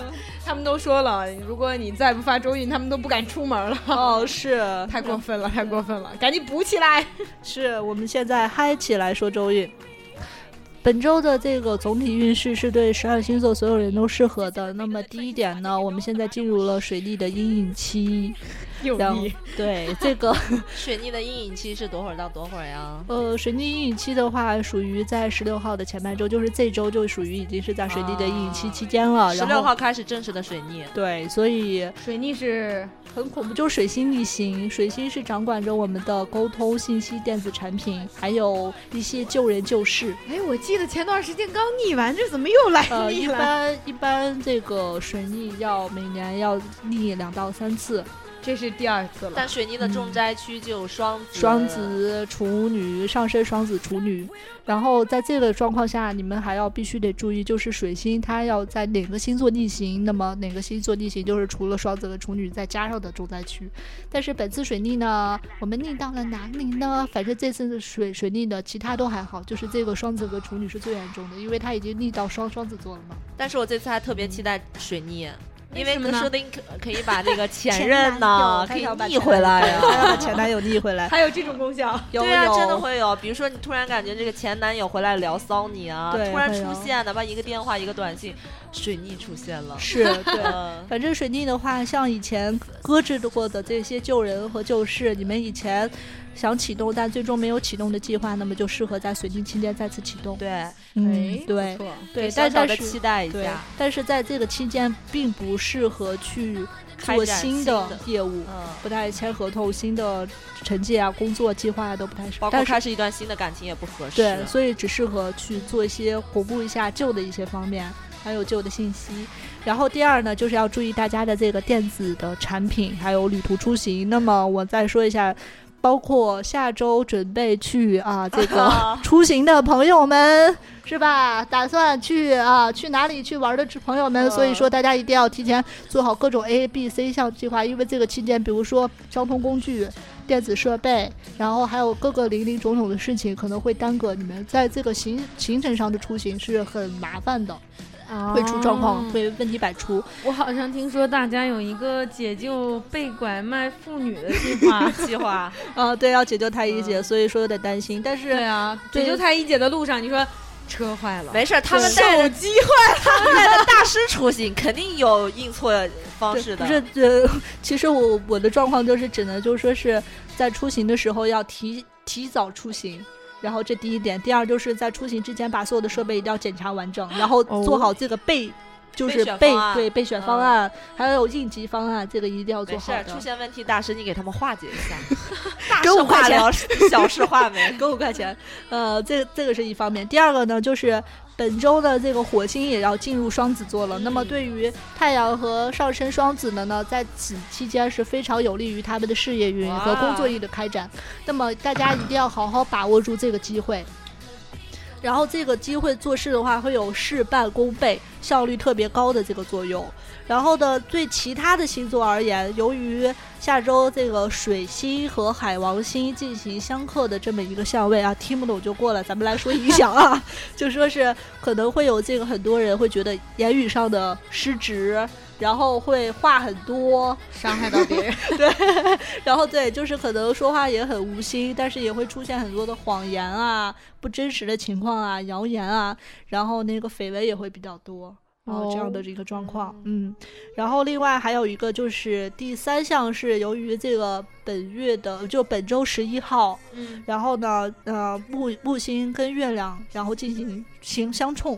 他们都说了，如果你再不发周运，他们都不敢出门了。哦，是太过分了，太过分了，赶紧补起来！是，我们现在嗨起来说周运。本周的这个总体运势是对十二星座所有人都适合的。那么第一点呢，我们现在进入了水逆的阴影期，又然后一对这个 水逆的阴影期是多会儿到多会儿呀？呃，水逆阴影期的话，属于在十六号的前半周，就是这周就属于已经是在水逆的阴影期期间了。十啊然六后号开始正式的水逆，对，所以水逆是很恐怖，就是水星逆行。水星是掌管着我们的沟通、信息、电子产品，还有一些救人救世。哎，我记得前段时间刚逆完，这怎么又来呃，逆一了？般一般这个水逆要每年要逆两到三次，这是第二次了但。水逆的重灾区就双子，嗯双子、处女上升双子、处女，然后在这个状况下，你们还要必须得注意，就是水星它要在哪个星座逆行，那么哪个星座逆行就是除了双子和处女再加上的重灾区。但是本次水逆呢，我们逆到了哪里呢？反正这次的水水逆的其他都还好，就是这个双子和处女是最严重的，因为它已经逆到双双子座了嘛。但是我这次还特别期待水逆，为因为什么呢说不定可可以把 那个前前任呢男友可他以要把逆前回来呀。还要把前男友逆回来，还有这种功效，有 对啊，有真的会有。比如说，你突然感觉这个前男友回来聊骚你啊，对突然会出有现，哪怕一个电话一个短信，水逆出现了。 是对。呃反正水逆的话，像以前搁置过的这些救人和救世，你们以前想启动但最终没有启动的计划，那么就适合在水逆期间再次启动。对嗯，对哎不错对，小但小但的是期待一对下。，但是在这个期间并不适合去开做展新新的的业务，嗯，不太签合同、新的成绩啊、工作计划啊都不太适合包。括但是开始一段新的感情也不合适。对，所以只适合去做一些回顾一下旧的一些方面，还有旧的信息。然后第二呢，就是要注意大家的这个电子的产品，还有旅途出行。那么我再说一下。包括下周准备去啊，这 个出行的朋友们是吧？打算去啊，去哪里去玩的朋友们，所以嗯说大家一定要提前做好各种 A、B、C 项计划，因为这个期间，比如说交通工具、电子设备，然后还有各个零零种种的事情，可能会耽搁你们在这个行行程上的出行是很麻烦的，会出状哦况，会问题百出。我好像听说大家有一个解救被拐卖妇女的计划。计划，啊，对，要解救太医姐，所以说有点担心。但对是啊，对解救太医姐的路上，你说车坏了，没事儿，他们手带着机他们带着大师出行，肯定有应错方式不的。是，呃，其实我我的状况就是只能就说是在出行的时候要提提早出行。然后这第一点，第二就是在出行之前把所有的设备一定要检查完整，然后做好这个备，就是备选哦备方案对备选方嗯案，还有应急方案，这个一定要做没事好儿，的。出现问题，大师你给他们化解一 下，大给事我块化钱疗，小事化没。给我五块钱。呃，这这个是一方面。第二个呢，就是本周的这个火星也要进入双子座了。那么对于太阳和上升双子的呢，在此期间是非常有利于他们的事业运哇和工作运的开展。那么大家一定要好好把握住这个机会。然后这个机会做事的话，会有事半功倍。效率特别高的这个作用。然后呢，对其他的星座而言，由于下周这个水星和海王星进行相克的这么一个相位啊，听不懂就过了。咱们来说影响啊， 就说是可能会有这个很多人会觉得言语上的失职，然后会话很多，伤害到别人。然后对，就是可能说话也很无心，但是也会出现很多的谎言啊、不真实的情况啊、谣言啊，然后那个绯闻也会比较多。然后这样的一个状况，嗯，然后另外还有一个就是第三项是由于这个本月的就本周十一号，嗯，然后呢，呃，木木星跟月亮然后进行行相冲，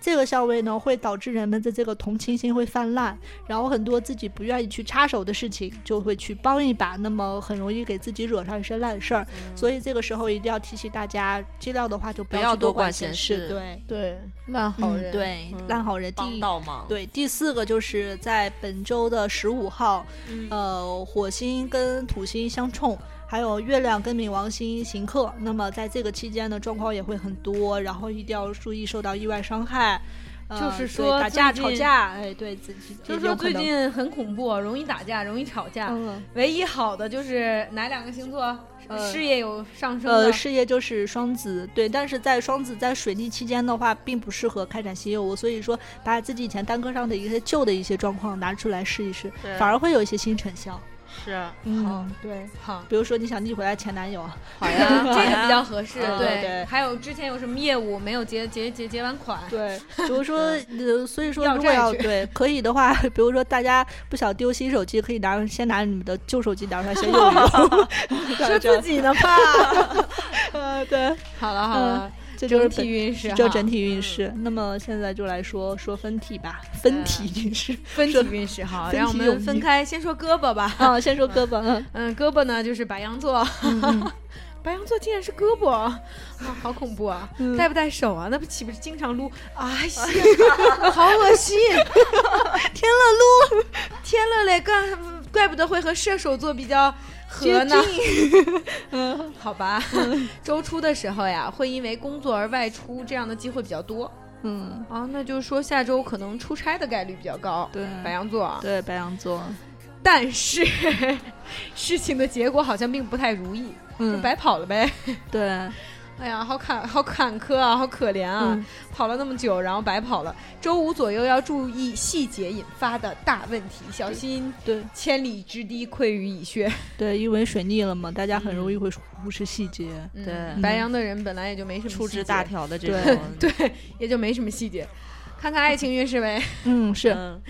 这个相位呢会导致人们的这个同情心会泛滥，然后很多自己不愿意去插手的事情就会去帮一把，那么很容易给自己惹上一身烂事儿，所以这个时候一定要提醒大家，尽量的话就不嗯不要要去多管管闲闲事对，对，烂好人。嗯、对嗯，烂好人第帮一倒忙。对，第四个就是在本周的十五号，嗯呃，火星跟土星相冲，还有月亮跟冥王星行克。那么在这个期间呢，状况也会很多，然后一定要注意受到意外伤害。呃就是对说打最架、吵近架，哎，对，自己就是也有说可最能，近很恐怖，容易打架，容易吵架。嗯，唯一好的就是哪两个星座、呃事业有上升的？呃，事业就是双子，对，但是在双子在水逆期间的话，并不适合开展新业务，所以说把自己以前耽搁上的一些旧的一些状况拿出来试一试，对反而会有一些新成效。是嗯，对。好，比如说你想逆回来前男友啊，好这呀，好个呀比较合适。嗯对，对还有之前有什么业务没有结结结结完款？对， 比如说，呃，所以说要如果要债去对可以的话，比如说大家不想丢新手机，可以拿先拿你们的旧手机拿出来先用一 用，说自己呢 嗯吧。呃，对，好了好了，这就整体是本。运势哈，嗯这整体运势，那么现在就来说说分体吧，分体 运势分体运势哈。分让我体有们分迷开，先说胳膊吧。啊，先说胳膊，嗯嗯，胳膊呢就是白羊座，嗯 白羊座竟然是胳膊，啊，好恐怖啊！嗯戴不戴手啊？那不岂不是经常撸？哎呀， 好恶心！天乐撸，天乐嘞，怪怪不得会和射手座比较合呢。嗯，好吧。周初的时候呀，会因为工作而外出，这样的机会比较多嗯，啊。那就是说，下周可能出差的概率比较高。对，白羊座啊，嗯对白羊座，但是 事情的结果好像并不太如意，就嗯，白跑了呗。对，哎呀，好坎好坎坷啊，好可怜啊！嗯跑了那么久，然后白跑了。周五左右要注意细节引发的大问题，小心对千里之堤溃于蚁穴。对，因为水逆了嘛，大家很容易会忽视细节，嗯对白羊的人本来也就没什么粗细制节大，条的这对种， 对，也就没什么细节。看看爱情运势呗， 嗯，是，嗯，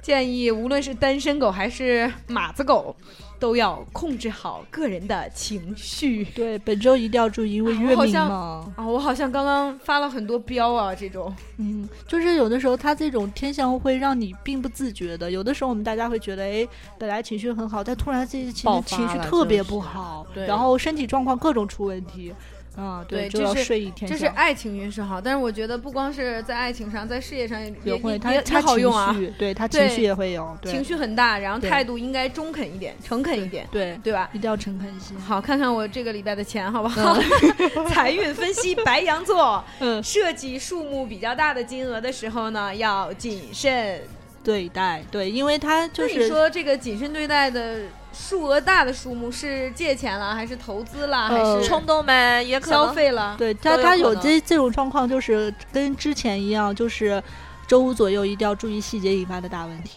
建议无论是单身狗还是马子狗，都要控制好个人的情绪。对，本周一定要注意，因为啊我月好明像嘛，啊，我好像刚刚发了很多标啊，这种嗯，就是有的时候它这种天象会让你并不自觉的，有的时候我们大家会觉得，哎，本来情绪很好，但突然这些爆情情发绪了特别就是不好，对然后身体状况各种出问题，啊，对就这要是睡一天这是啊觉，爱情运势好，但是我觉得不光是在爱情上，在事业上也也也会也他也他好用啊情。绪，对他情对绪也会有，对情绪很大，然后对态度应该中肯一点、诚恳一点，对，对吧？一定要诚恳一些，好，看看我这个礼拜的钱好不好？ 财运分析，白羊座嗯，涉及数目比较大的金额的时候呢，要谨慎。对待对，因为他就那你是说这个谨慎对待的数额大的数目是借钱了，还是投资了，呃还是 冲动呗，也可消能费了？对他都有他可有能这这种状况，就是跟之前一样，就是周五左右一定要注意细节引发的大问题。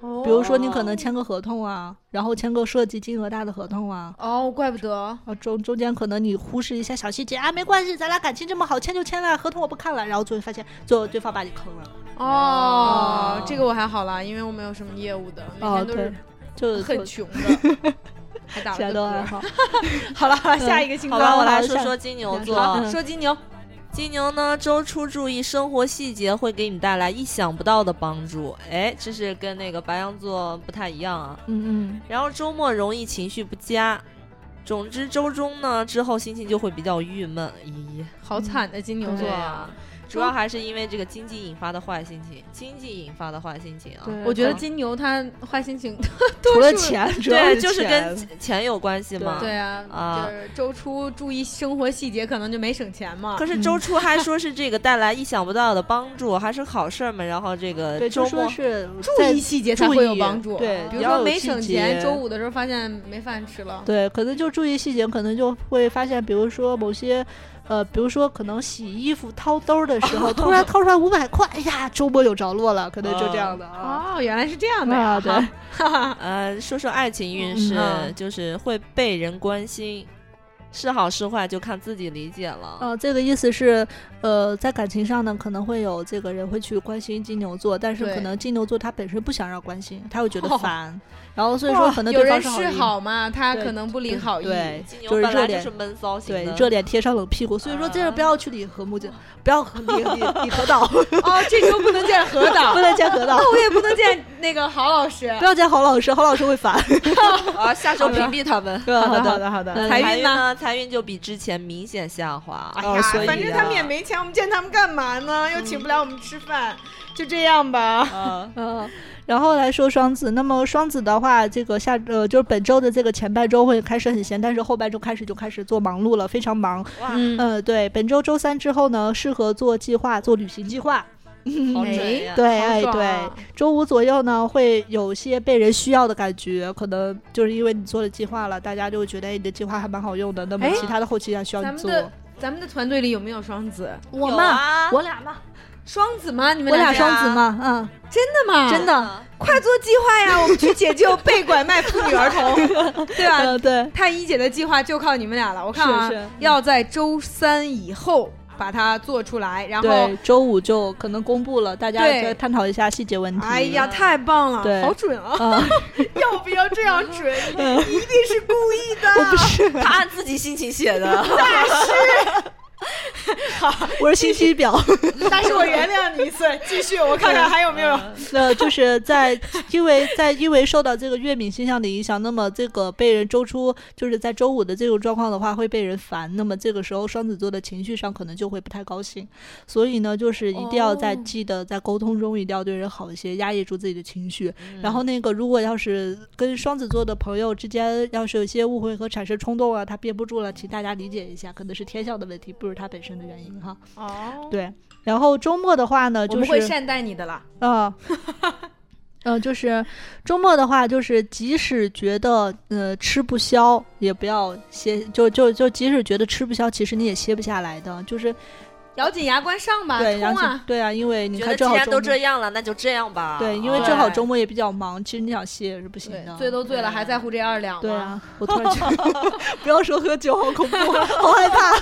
哦，比如说你可能签个合同啊，然后签个涉及金额大的合同啊，哦，怪不得啊中中间可能你忽视一下小细节啊，没关系，咱俩感情这么好，签就签了，合同我不看了，然后最后发现最后对方把你坑了，哦哦，这个我还好啦，因为我没有什么业务的，每哦天都是对，就很就穷的， 还打其他了都嗯个还嗝。好，好了，啊下一个星好座，吧，我来好说下说金牛下座。嗯好说金牛，金牛呢，周初注意生活细节，会给你带来意想不到的帮助。哎，这是跟那个白羊座不太一样啊。嗯然后周末容易情绪不佳。总之，周中呢之后心情就会比较郁闷。咦，好惨的金牛座对啊啊！主要还是因为这个经济引发的坏心情，经济引发的坏心情啊。对我觉得金牛他坏心情，嗯除了钱，主要对，就是钱跟钱钱有关系嘛。对啊，啊就是周出注意生活细节，可能就没省钱嘛。可是周初还说是这个带来意想不到的帮助，还是好事儿嘛。然后这个对，周就末说是注在意细节才会有帮助。啊注意对比如要说有没省细钱，节周五的时候发现没饭吃了。对，可能就注意细节，可能就会发现，比如说某些，呃，比如说可能洗衣服掏兜儿的时候，突然掏出来五百块，哎呀，周末有着落了，可能就这样的啊。哦，原来是这样的呀！啊，对，呃，说说爱情运势，啊嗯就是会被人关心，是好是坏就看自己理解了。呃，这个意思是，呃，在感情上呢，可能会有这个人会去关心金牛座，但是对可能金牛座他本身不想让关心，他会觉得哦烦，然后所以说可能有对方人是示意好嘛，他对可能不领好意。对，金牛嗯就是本热来就脸是闷骚型对的，热脸贴上冷屁股，所以说这人不要去理和睦，就不要和 理理理合岛，哦，这周不能见何导， 不能见河道，那哦我也不能见那个郝老师。不要见郝老师，郝老师会烦。啊，下周屏蔽他们。 好的，好的，好呃的。财运运呢呢？啊财运就比之前明显下滑。哦呀所以反正他们也没钱，我们见他们干嘛呢？又请不了我们吃饭，就这样吧。嗯，然后来说双子，那么双子的话，这个下呃就是本周的这个前半周会开始很闲，但是后半周开始就开始做忙碌了，非常忙。哇，嗯，呃，对，本周周三之后呢，适合做计划，做旅行计划。好准呀！对，好 哎，嗯爽对啊，周五左右呢，会有些被人需要的感觉，可能就是因为你做了计划了，大家就会觉得哎你的计划还蛮好用的。那么哎其他的后期还需要咱你们做。的咱们的团队里有没有双子？我有嘛，啊，我俩嘛，双子吗？你们我俩家双子？嘛，嗯，真的吗？真的，啊快做计划呀！我们去解救被拐卖妇女儿童， 对吧？嗯，对，太医姐的计划就靠你们俩了。我看啊，是是要在周三以后把它做出来，然后对，周五就可能公布了，大家对再探讨一下细节问题。哎呀，太棒了，对好准啊！嗯， 要不要这样准？呃你一定是故意的。我不是，他按自己心情写 的。 我是信息表。 但是我原谅你一次。继续，我看看还有没有。那就是在因为在因为受到这个月饼现象的影响，那么这个被人周出就是在周五的这种状况的话，会被人烦。那么这个时候双子座的情绪上可能就会不太高兴，所以呢，就是一定要在哦记得在沟通中一定要对人好一些，压抑住自己的情绪。嗯然后那个如果要是跟双子座的朋友之间要是有一些误会和产生冲动啊，他憋不住了，请大家理解一下，可能是天象的问题，不是他本身的原因哈。哦，对。然后周末的话呢，我就是们会善待你的啦。嗯，嗯，就是周末的话，就是即使觉得呃吃不消，也不要歇，就就就即使觉得吃不消，其实你也歇不下来的，就是咬紧牙关上吧，对，然冲后啊！对啊，因为你觉看得正既好然周都末这样了，那就这样吧。嗯对，因为啊正好对周末也比较忙，其实你想歇也是不行对的，，醉都醉了，还在乎这二两吗？对啊，我突然觉得 不要说喝酒，好恐怖，啊好害怕。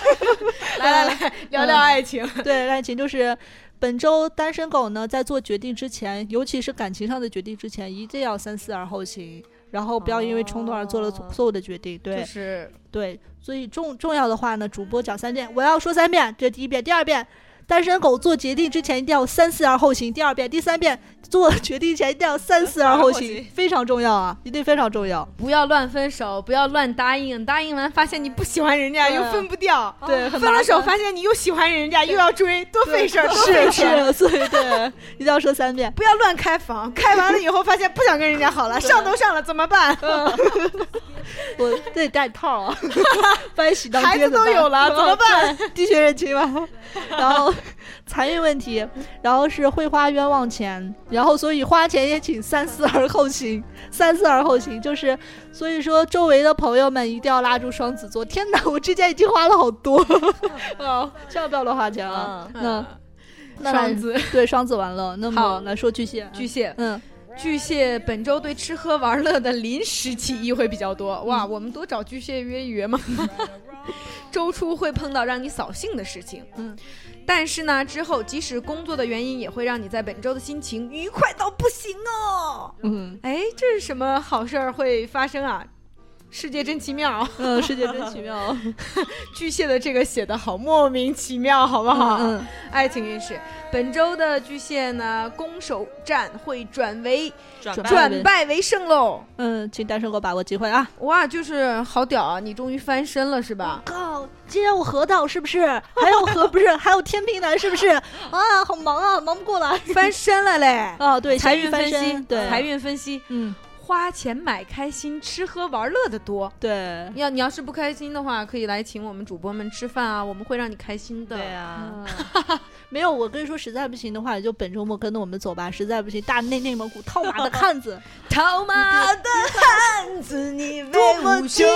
来来来，聊聊爱情。 对，爱情就是本周单身狗呢，在做决定之前，尤其是感情上的决定之前，一定要三思而后行，然后不要因为冲动而做了哦错误的决定。对、就是对，所以重重要的话呢，主播讲三遍，我要说三遍，这第一遍，第二遍。单身狗做决定之前一定要三思而后行，第二遍、第三遍做决定前一定要三思而后三思而行后，非常重要啊，一定非常重要。不要乱分手，不要乱答应，答应完发现你不喜欢人家对又分不掉，对，很分麻了手烦发现你又喜欢人家又要追，多 费 事儿，多费是事儿。是，所以对， 一定要说三遍。不要乱开 房，开完了以后发现不想跟人家好了，上都上了怎么办？我得带套啊，万一洗 当孩街子都有了怎么 办？办？滴血认亲吧。然后财运问题，然后是会花冤枉钱，然后所以花钱也请三思而后行，三思而后行就是，所以说周围的朋友们一定要拉住双子座。天哪，我之前已经花了好多， 嗯哦，千万不要乱花钱啊。那那来双子、对双子完了，那好么来说巨蟹，巨蟹，嗯，巨蟹本周对吃喝玩乐的临时起意会比较多。嗯哇，我们多找巨蟹约一约 嘛。周初会碰到让你扫兴的事情，嗯，但是呢，之后即使工作的原因，也会让你在本周的心情愉快到不行哦。嗯哎，这是什么好事儿会发生啊？世界真奇妙， 嗯，世界真奇妙，巨蟹的这个写的好莫名其妙，好不好？嗯嗯爱情运势，本周的巨蟹呢，攻守战会转为转转吧吧转败为胜喽。嗯，请单身狗把握机会啊。哇，就是好屌啊！你终于翻身了是吧？靠，既然哦我河道是不是？还有河不是？还有天平男是不是？啊，好忙啊，忙不过来。！翻身了嘞 嗯啊，对，财咸鱼运翻分身析，对，财运分析，嗯，花钱买开心，吃喝玩乐的多。对，要你要是不开心的话，可以来请我们主播们吃饭啊，我们会让你开心的。对啊，没有，我跟你说，实在不行的话，就本周末跟着我们走吧。实在不行，大内内蒙古套马的汉子，套马的汉子，你多威么武精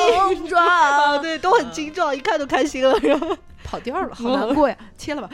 雄 啊，壮。对，都很精壮，一看就开心了。然后，跑调了，好嗯难过呀，切了吧。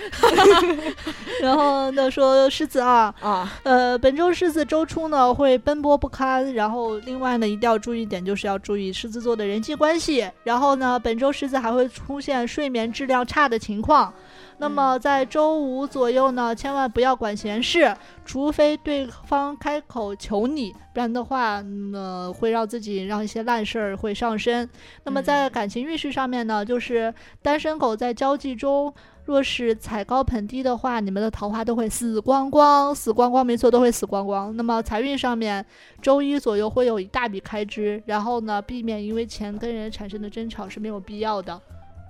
然后那说狮子啊，啊，呃，本周狮子周初呢会奔波不堪，然后另外呢一定要注意一点，就是要注意狮子座的人际关系。然后呢，本周狮子还会出现睡眠质量差的情况。那么在周五左右呢，千万不要管闲事，除非对方开口求你，不然的话，嗯呃，会让自己让一些烂事儿会上身。那么在感情运势上面呢，就是单身狗在交际中若是踩高捧低的话，你们的桃花都会死光光，死光光，没错，都会死光光。那么财运上面，周一左右会有一大笔开支，然后呢，避免因为钱跟人产生的争吵是没有必要的。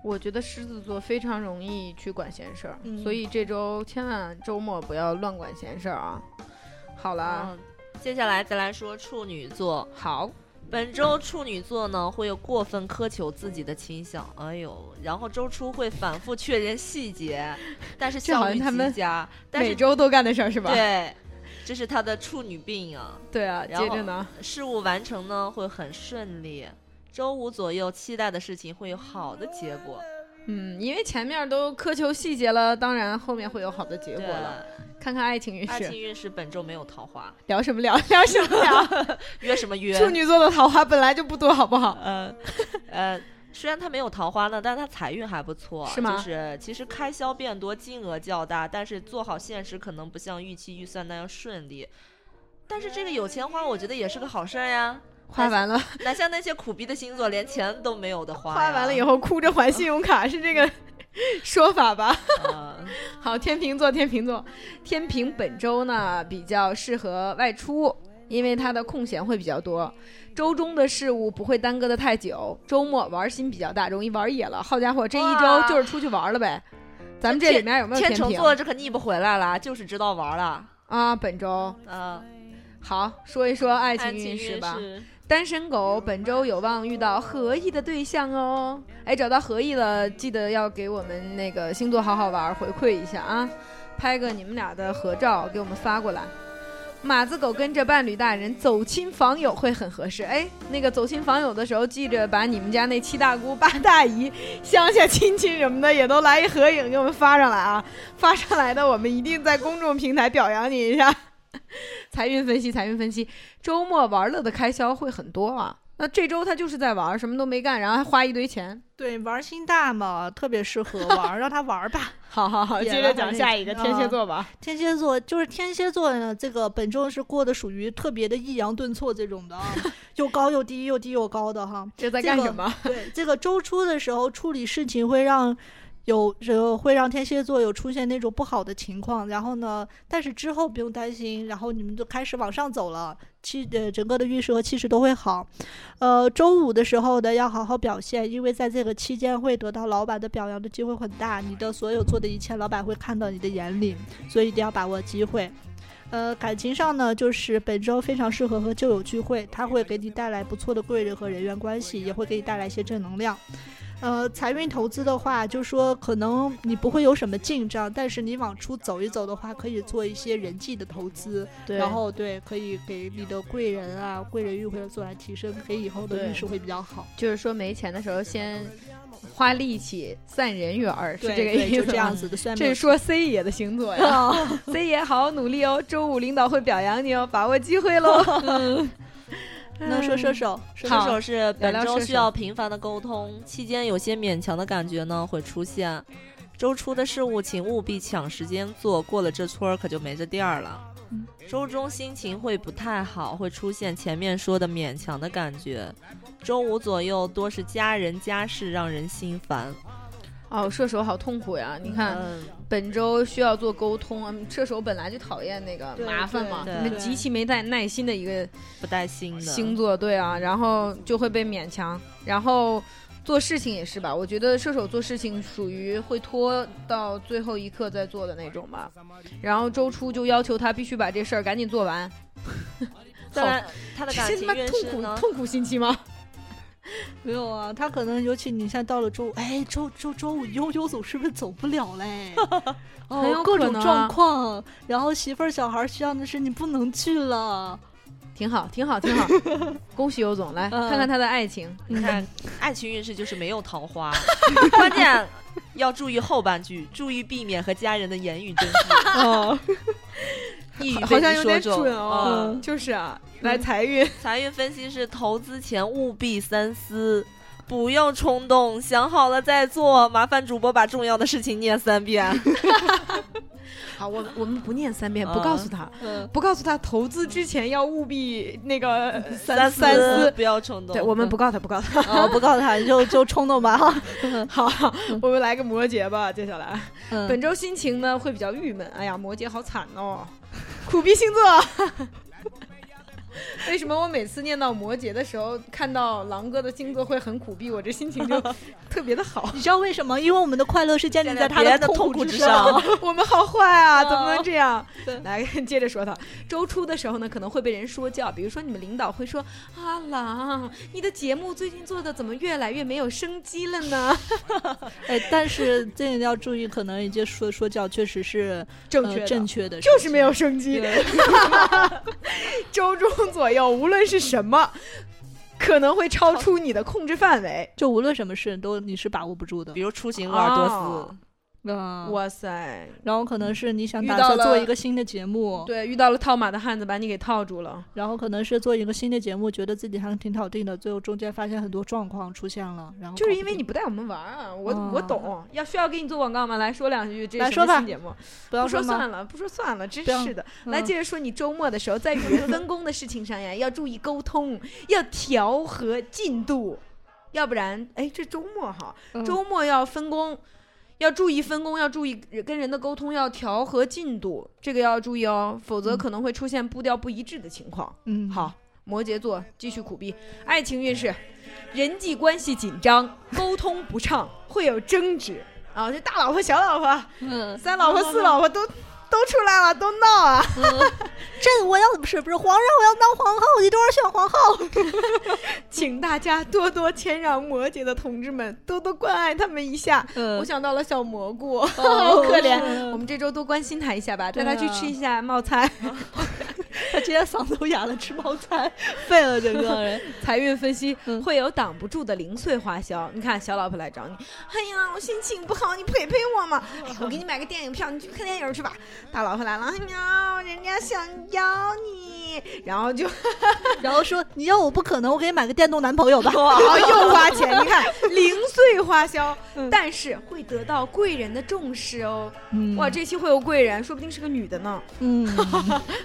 我觉得狮子座非常容易去管闲事儿，嗯所以这周千万周末不要乱管闲事儿啊。好了，嗯，接下来再来说处女座。好，本周处女座呢会有过分苛求自己的倾向，哎呦，然后周初会反复确认细节，但是这好效像率他们极佳，但每是周都干的事儿是吧？对，这是他的处女病啊。对啊，然后接着呢，事务完成呢会很顺利，周五左右期待的事情会有好的结果。嗯，因为前面都苛求细节了，当然后面会有好的结果对，了。看看爱情运爱情势，运势本周没有桃花，聊什么聊？ 聊什么聊？约什么 约？处女座的桃花本来就不多，好不好？呃，呃，虽然他没有桃花呢，但是他财运还不错，是吗就是其实开销变多，金额较大，但是做好现实可能不像预期预算那样顺利。但是这个有钱花，我觉得也是个好事儿呀。花完了，哪像那些苦逼的星座，连钱都没有的花。花完了以后，后哭着还信用卡是这 个说法吧？呃、好，天秤座，天秤座，天平本周呢比较适合外出，因为他的空闲会比较多，周中的事务不会耽搁的太久，周末玩心比较大，容易玩野了。好家伙，这一周哇就是出去玩了呗。咱们这里面有没有天秤秤座这可逆不回来了，就是知道玩了。啊？本周呃，好说一说爱情爱运情势运吧。势，单身狗本周有望遇到合意的对象哦。哎，找到合意了，记得要给我们那个星座好好玩回馈一下啊，拍个你们俩的合照给我们发过来。马子狗跟着伴侣大人走亲访友会很合适。哎，那个走亲访友的时候，记着把你们家那七大姑八大姨、乡下亲戚什么的也都来一合影给我们发上来啊！发上来的我们一定在公众平台表扬你一下。 财运分析，财运分析，周末玩乐的开销会很多啊。那这周他就是在玩儿，什么都没干，然后还花一堆钱。对，玩心大嘛，特别适合玩，让他玩吧。好好好，也接玩着儿讲那下一个个天蝎啊座吧。 天蝎座就是天蝎座呢，这个本周是过得属于特别的抑扬顿挫这种的啊， 又高又低，又低又高的哈。这在这干个什么？对，这个周初的时候处理事情会让有有会让天蝎座有出现那种不好的情况，然后呢，但是之后不用担心，然后你们就开始往上走了，气呃整个的运势和气势都会好。呃，周五的时候呢，要好好表现，因为在这个期间会得到老板的表扬的机会很大，你的所有做的一切，老板会看到你的眼里，所以一定要把握机会。呃，感情上呢，就是本周非常适合和旧友聚会，它会给你带来不错的贵人和人员关系，也会给你带来一些正能量。呃，财运投资的话，就说可能你不会有什么进账，但是你往出走一走的话，可以做一些人际的投资，对然后 对，可以给你的贵人啊、贵人运会做来提升，给以后的对运势会比较好。就是说没钱的时候先花力气散人缘儿，是对这个对意就思这吗样？哦子的，虽然没这有是说 C 爷的星座呀、c 爷好好努力哦，周五领导会表扬你哦，把握机会 喽。嗯 那说射手，射手好射手是本聊聊周射手需要频繁的沟通，期间有些勉强的感觉呢会出现。周初的事务请务必抢时间做，过了这村儿可就没这店儿了。嗯周中心情会不太好，会出现前面说的勉强的感觉。周五左右多是家人家事让人心烦。嗯哦，射手好痛苦呀！你嗯看，本周需要做沟通，嗯射手本来就讨厌那个对麻烦嘛，对他们对极其没耐耐心的一个不带心的星座，对啊，然后就会被勉强，然后做事情也是吧，我觉得射手做事情属于会拖到最后一刻再做的那种吧。然后周初就要求他必须把这事儿赶紧做完，当然，他的感这他情妈运痛势苦呢？痛苦星期吗？没有啊，他可能尤其你现在到了周五，哎，周周周五悠悠组是不是走不 了嘞？很有哦，各可种能啊状况，然后媳妇儿小孩儿需要的是你不能去了。挺好，挺好， 挺好。恭喜尤总，来、嗯看看他的爱情。你 看，爱情运势就是没有桃花， 关键要注意后半句，注意避免和家人的言语 争执，哦，一语好被像你有说点中。准哦，嗯就是啊，来财运，财运分析是投资前务必三思，不要冲动，想好了再做。麻烦主播把重要的事情念三遍。好，我我们不念三遍，不嗯告诉他，不告诉他，投资之前要务必那个三思 三思。不要冲动。对，我们不告他，不告他。我嗯哦不告诉他，就就冲动吧。好，我们来个摩羯吧，接下来。嗯，本周心情呢会比较郁闷，哎呀，摩羯好惨哦，苦逼星座。 为什么我每次念到摩羯的时候，看到狼哥的星座会很苦逼，我这心情 就特别的好。你知道为什么？因为我们的快乐是建立在他别人的痛痛苦苦之之上上。 我们好坏啊，怎么能这样嗯对？来，接着说他。周初的时候呢，可能会被人说教，比如说你们领导会说：“啊，狼，你的节目最近做的怎么越来越没有生机了呢 哎，但是这个要注意，可能一些说说教确实是？”正确呃的，正确的事情，就是没有生机。周中左右，无论是什么，可能会超出你的控制范围。就无论什么事都你是把握不住的比。如出行鄂尔多斯，哦嗯，哇塞，然后可能是你想遇打到算做了一个新的节目，对，遇到了套马的汉子，把你给套住了。然后可能是做一个新的节目，觉得自己还挺搞定的，最后中间发现很多状况出现了，然后就是因为搞不你定不带我们玩儿啊，我、哦我懂。要需要给你做广告吗？来说两句，这来是什说么吧新节目，不要不说吗算了，不说算了，真不要是的。来，嗯接着说你周末的时候，在与人分工的事情上呀，要注意沟通，要调和进度，要不然，哎，这周末哈，嗯周末要分工，要注意分工，要注意跟人的沟通，要调和进度，这个要注意哦，否则嗯可能会出现步调不一致的情况。嗯好，摩羯座继续苦逼，爱情运势，人际关系紧张，沟通不畅，会有争执啊，这大老婆小老婆。嗯，三老婆、四老婆都都出来了，都闹啊！ 朕我要不是不是皇上，我要当皇后，你多少选皇后？请大家多多谦让摩羯的同志们，多多关爱他们一下。嗯我想到了小蘑菇， 好哦可怜是。我们这周多关心他一下吧，带对啊他去吃一下冒菜。他今天嗓子 都哑了，吃泡菜，废了整个人。财运分析嗯会有挡不住的零碎花销。你看，小老婆来找你，哎呀，我心情不好，你陪陪我嘛。哎我给你买个电影票，你去看电影去吧。大老婆来了，哎呀，人家想要你，然后就 然后说你要我不可能，我给你买个电动男 朋友吧。好又花钱，你看零碎花销，但是会得到贵人的重视哦。嗯哇，这期会有贵人，说不定是个女的呢。 嗯，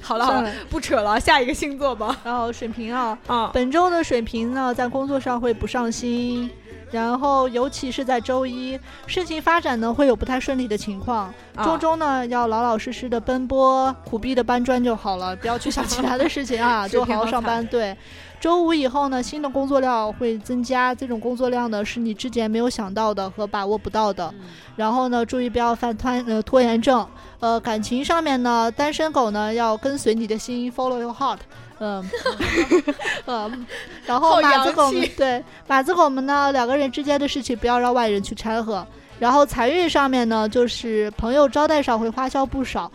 好了好了嗯算，不扯了，下一个星座吧。然后水瓶啊，啊，本周的水瓶呢，在工作上会不上心，然后尤其是在周一，事情发展呢会有不太顺利的情况。啊周中呢要老老实实的奔波，苦逼的搬砖就好了， 不要去想其他的事情啊，水就平好好上班。对，周五以后呢，新的工作量会增加，这种工作量呢是你之前没有想到的和把握不到的。然后呢，注意不要犯拖呃拖延症。呃，感情上面呢，单身狗呢要跟随你的心，follow your heart。嗯， 嗯，然后好马子洋狗气们对马子狗们呢，两个人之间的事情不要让外人去掺和。然后财运上面呢，就是朋友招待上会花销不少，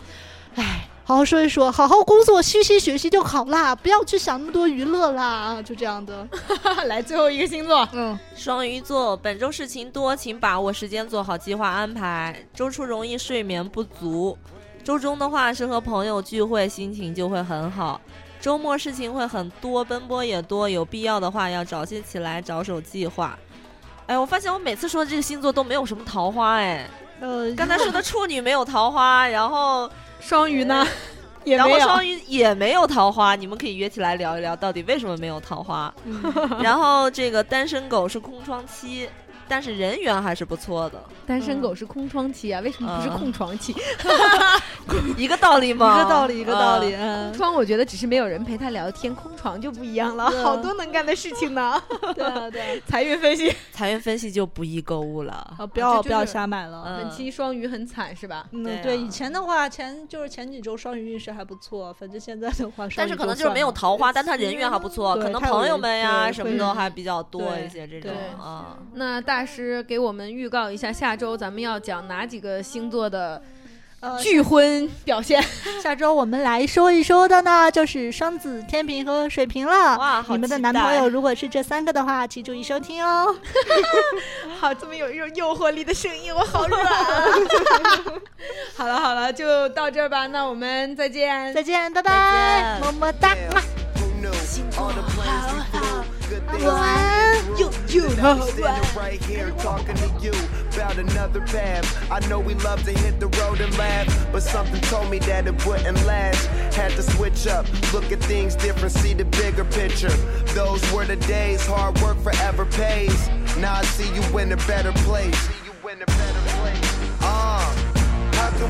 唉，好好说一说，好好工作，虚心学习就好啦，不要去想那么多娱乐啦，就这样的。 嗯来最后一个星座，嗯，双鱼座本周事情多，请把握时间做好计划安排。周初容易睡眠不足，周中的话是和朋友聚会，心情就会很好。周末事情会很多，奔波也多，有必要的话要早些起来找手计划。哎，我发现我每次说的这个星座都没有什么桃花哎，呃，刚才说的处女没有桃花，然后双鱼 呢也然没后有。双鱼也没有桃花，你们可以约起来聊一聊，到底为什么没有桃花。嗯 然后这个单身狗是空窗期，但是人缘还是不错的。嗯 单身狗是空窗期啊，为什么不是空床期？一个道理吗？一个道理，一个道理。嗯。嗯 窗我觉得只是没有人陪他聊天，空床就不一样了，对啊好多能干的事情 呢。对啊，对啊，财运分析，财运分析就不宜购物了。不要这就是不要瞎买了。嗯本期双鱼很惨是吧？嗯，对啊对，以前的话，前就是前几周双鱼运势还不错，反正现在的话，但是可能就是没有双鱼桃花，但他人缘还不错，对可能他有朋友人们呀对什么会都人还比较多对一些这种对啊。那大师给我们预告一下，下周咱们要讲哪几个星座的就算了拒 婚表现？呃， 下周我们来说一说的呢，就是双子、天平和水瓶了。哇好你们的期男朋待友如果是这三个的话，请注意收听哦。好，这么有一种诱惑力的声音，我好软、啊 好了好了，就到这儿吧，那我们再见，再见，拜拜，么么哒，哇 Who knew all the plans we flew? Good things you, you, standing right here talking to you about another path. I know we love to hit the road and laugh, but something told me that it wouldn't last. Had to switch up, look at things different, see the bigger picture. Those were the days, hard work forever pays. Now I see you in a better place. See you in a better place. Uh. How can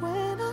when I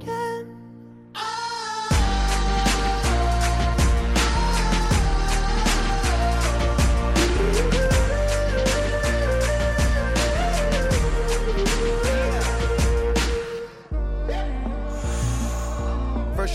again. First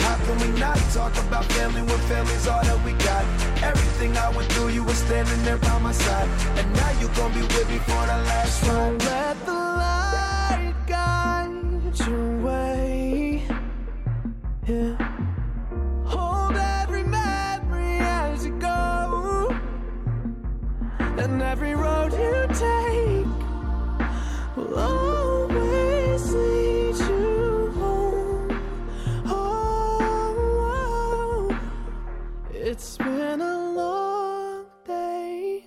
How can we not talk about family when family's all that we got? Everything I went through, you were standing there by my side. And now you gon' be with me for the last ride. Let the light guide your way. Yeah. Hold every memory as you go. And every road you take will always lead you home. Oh, it's been a long day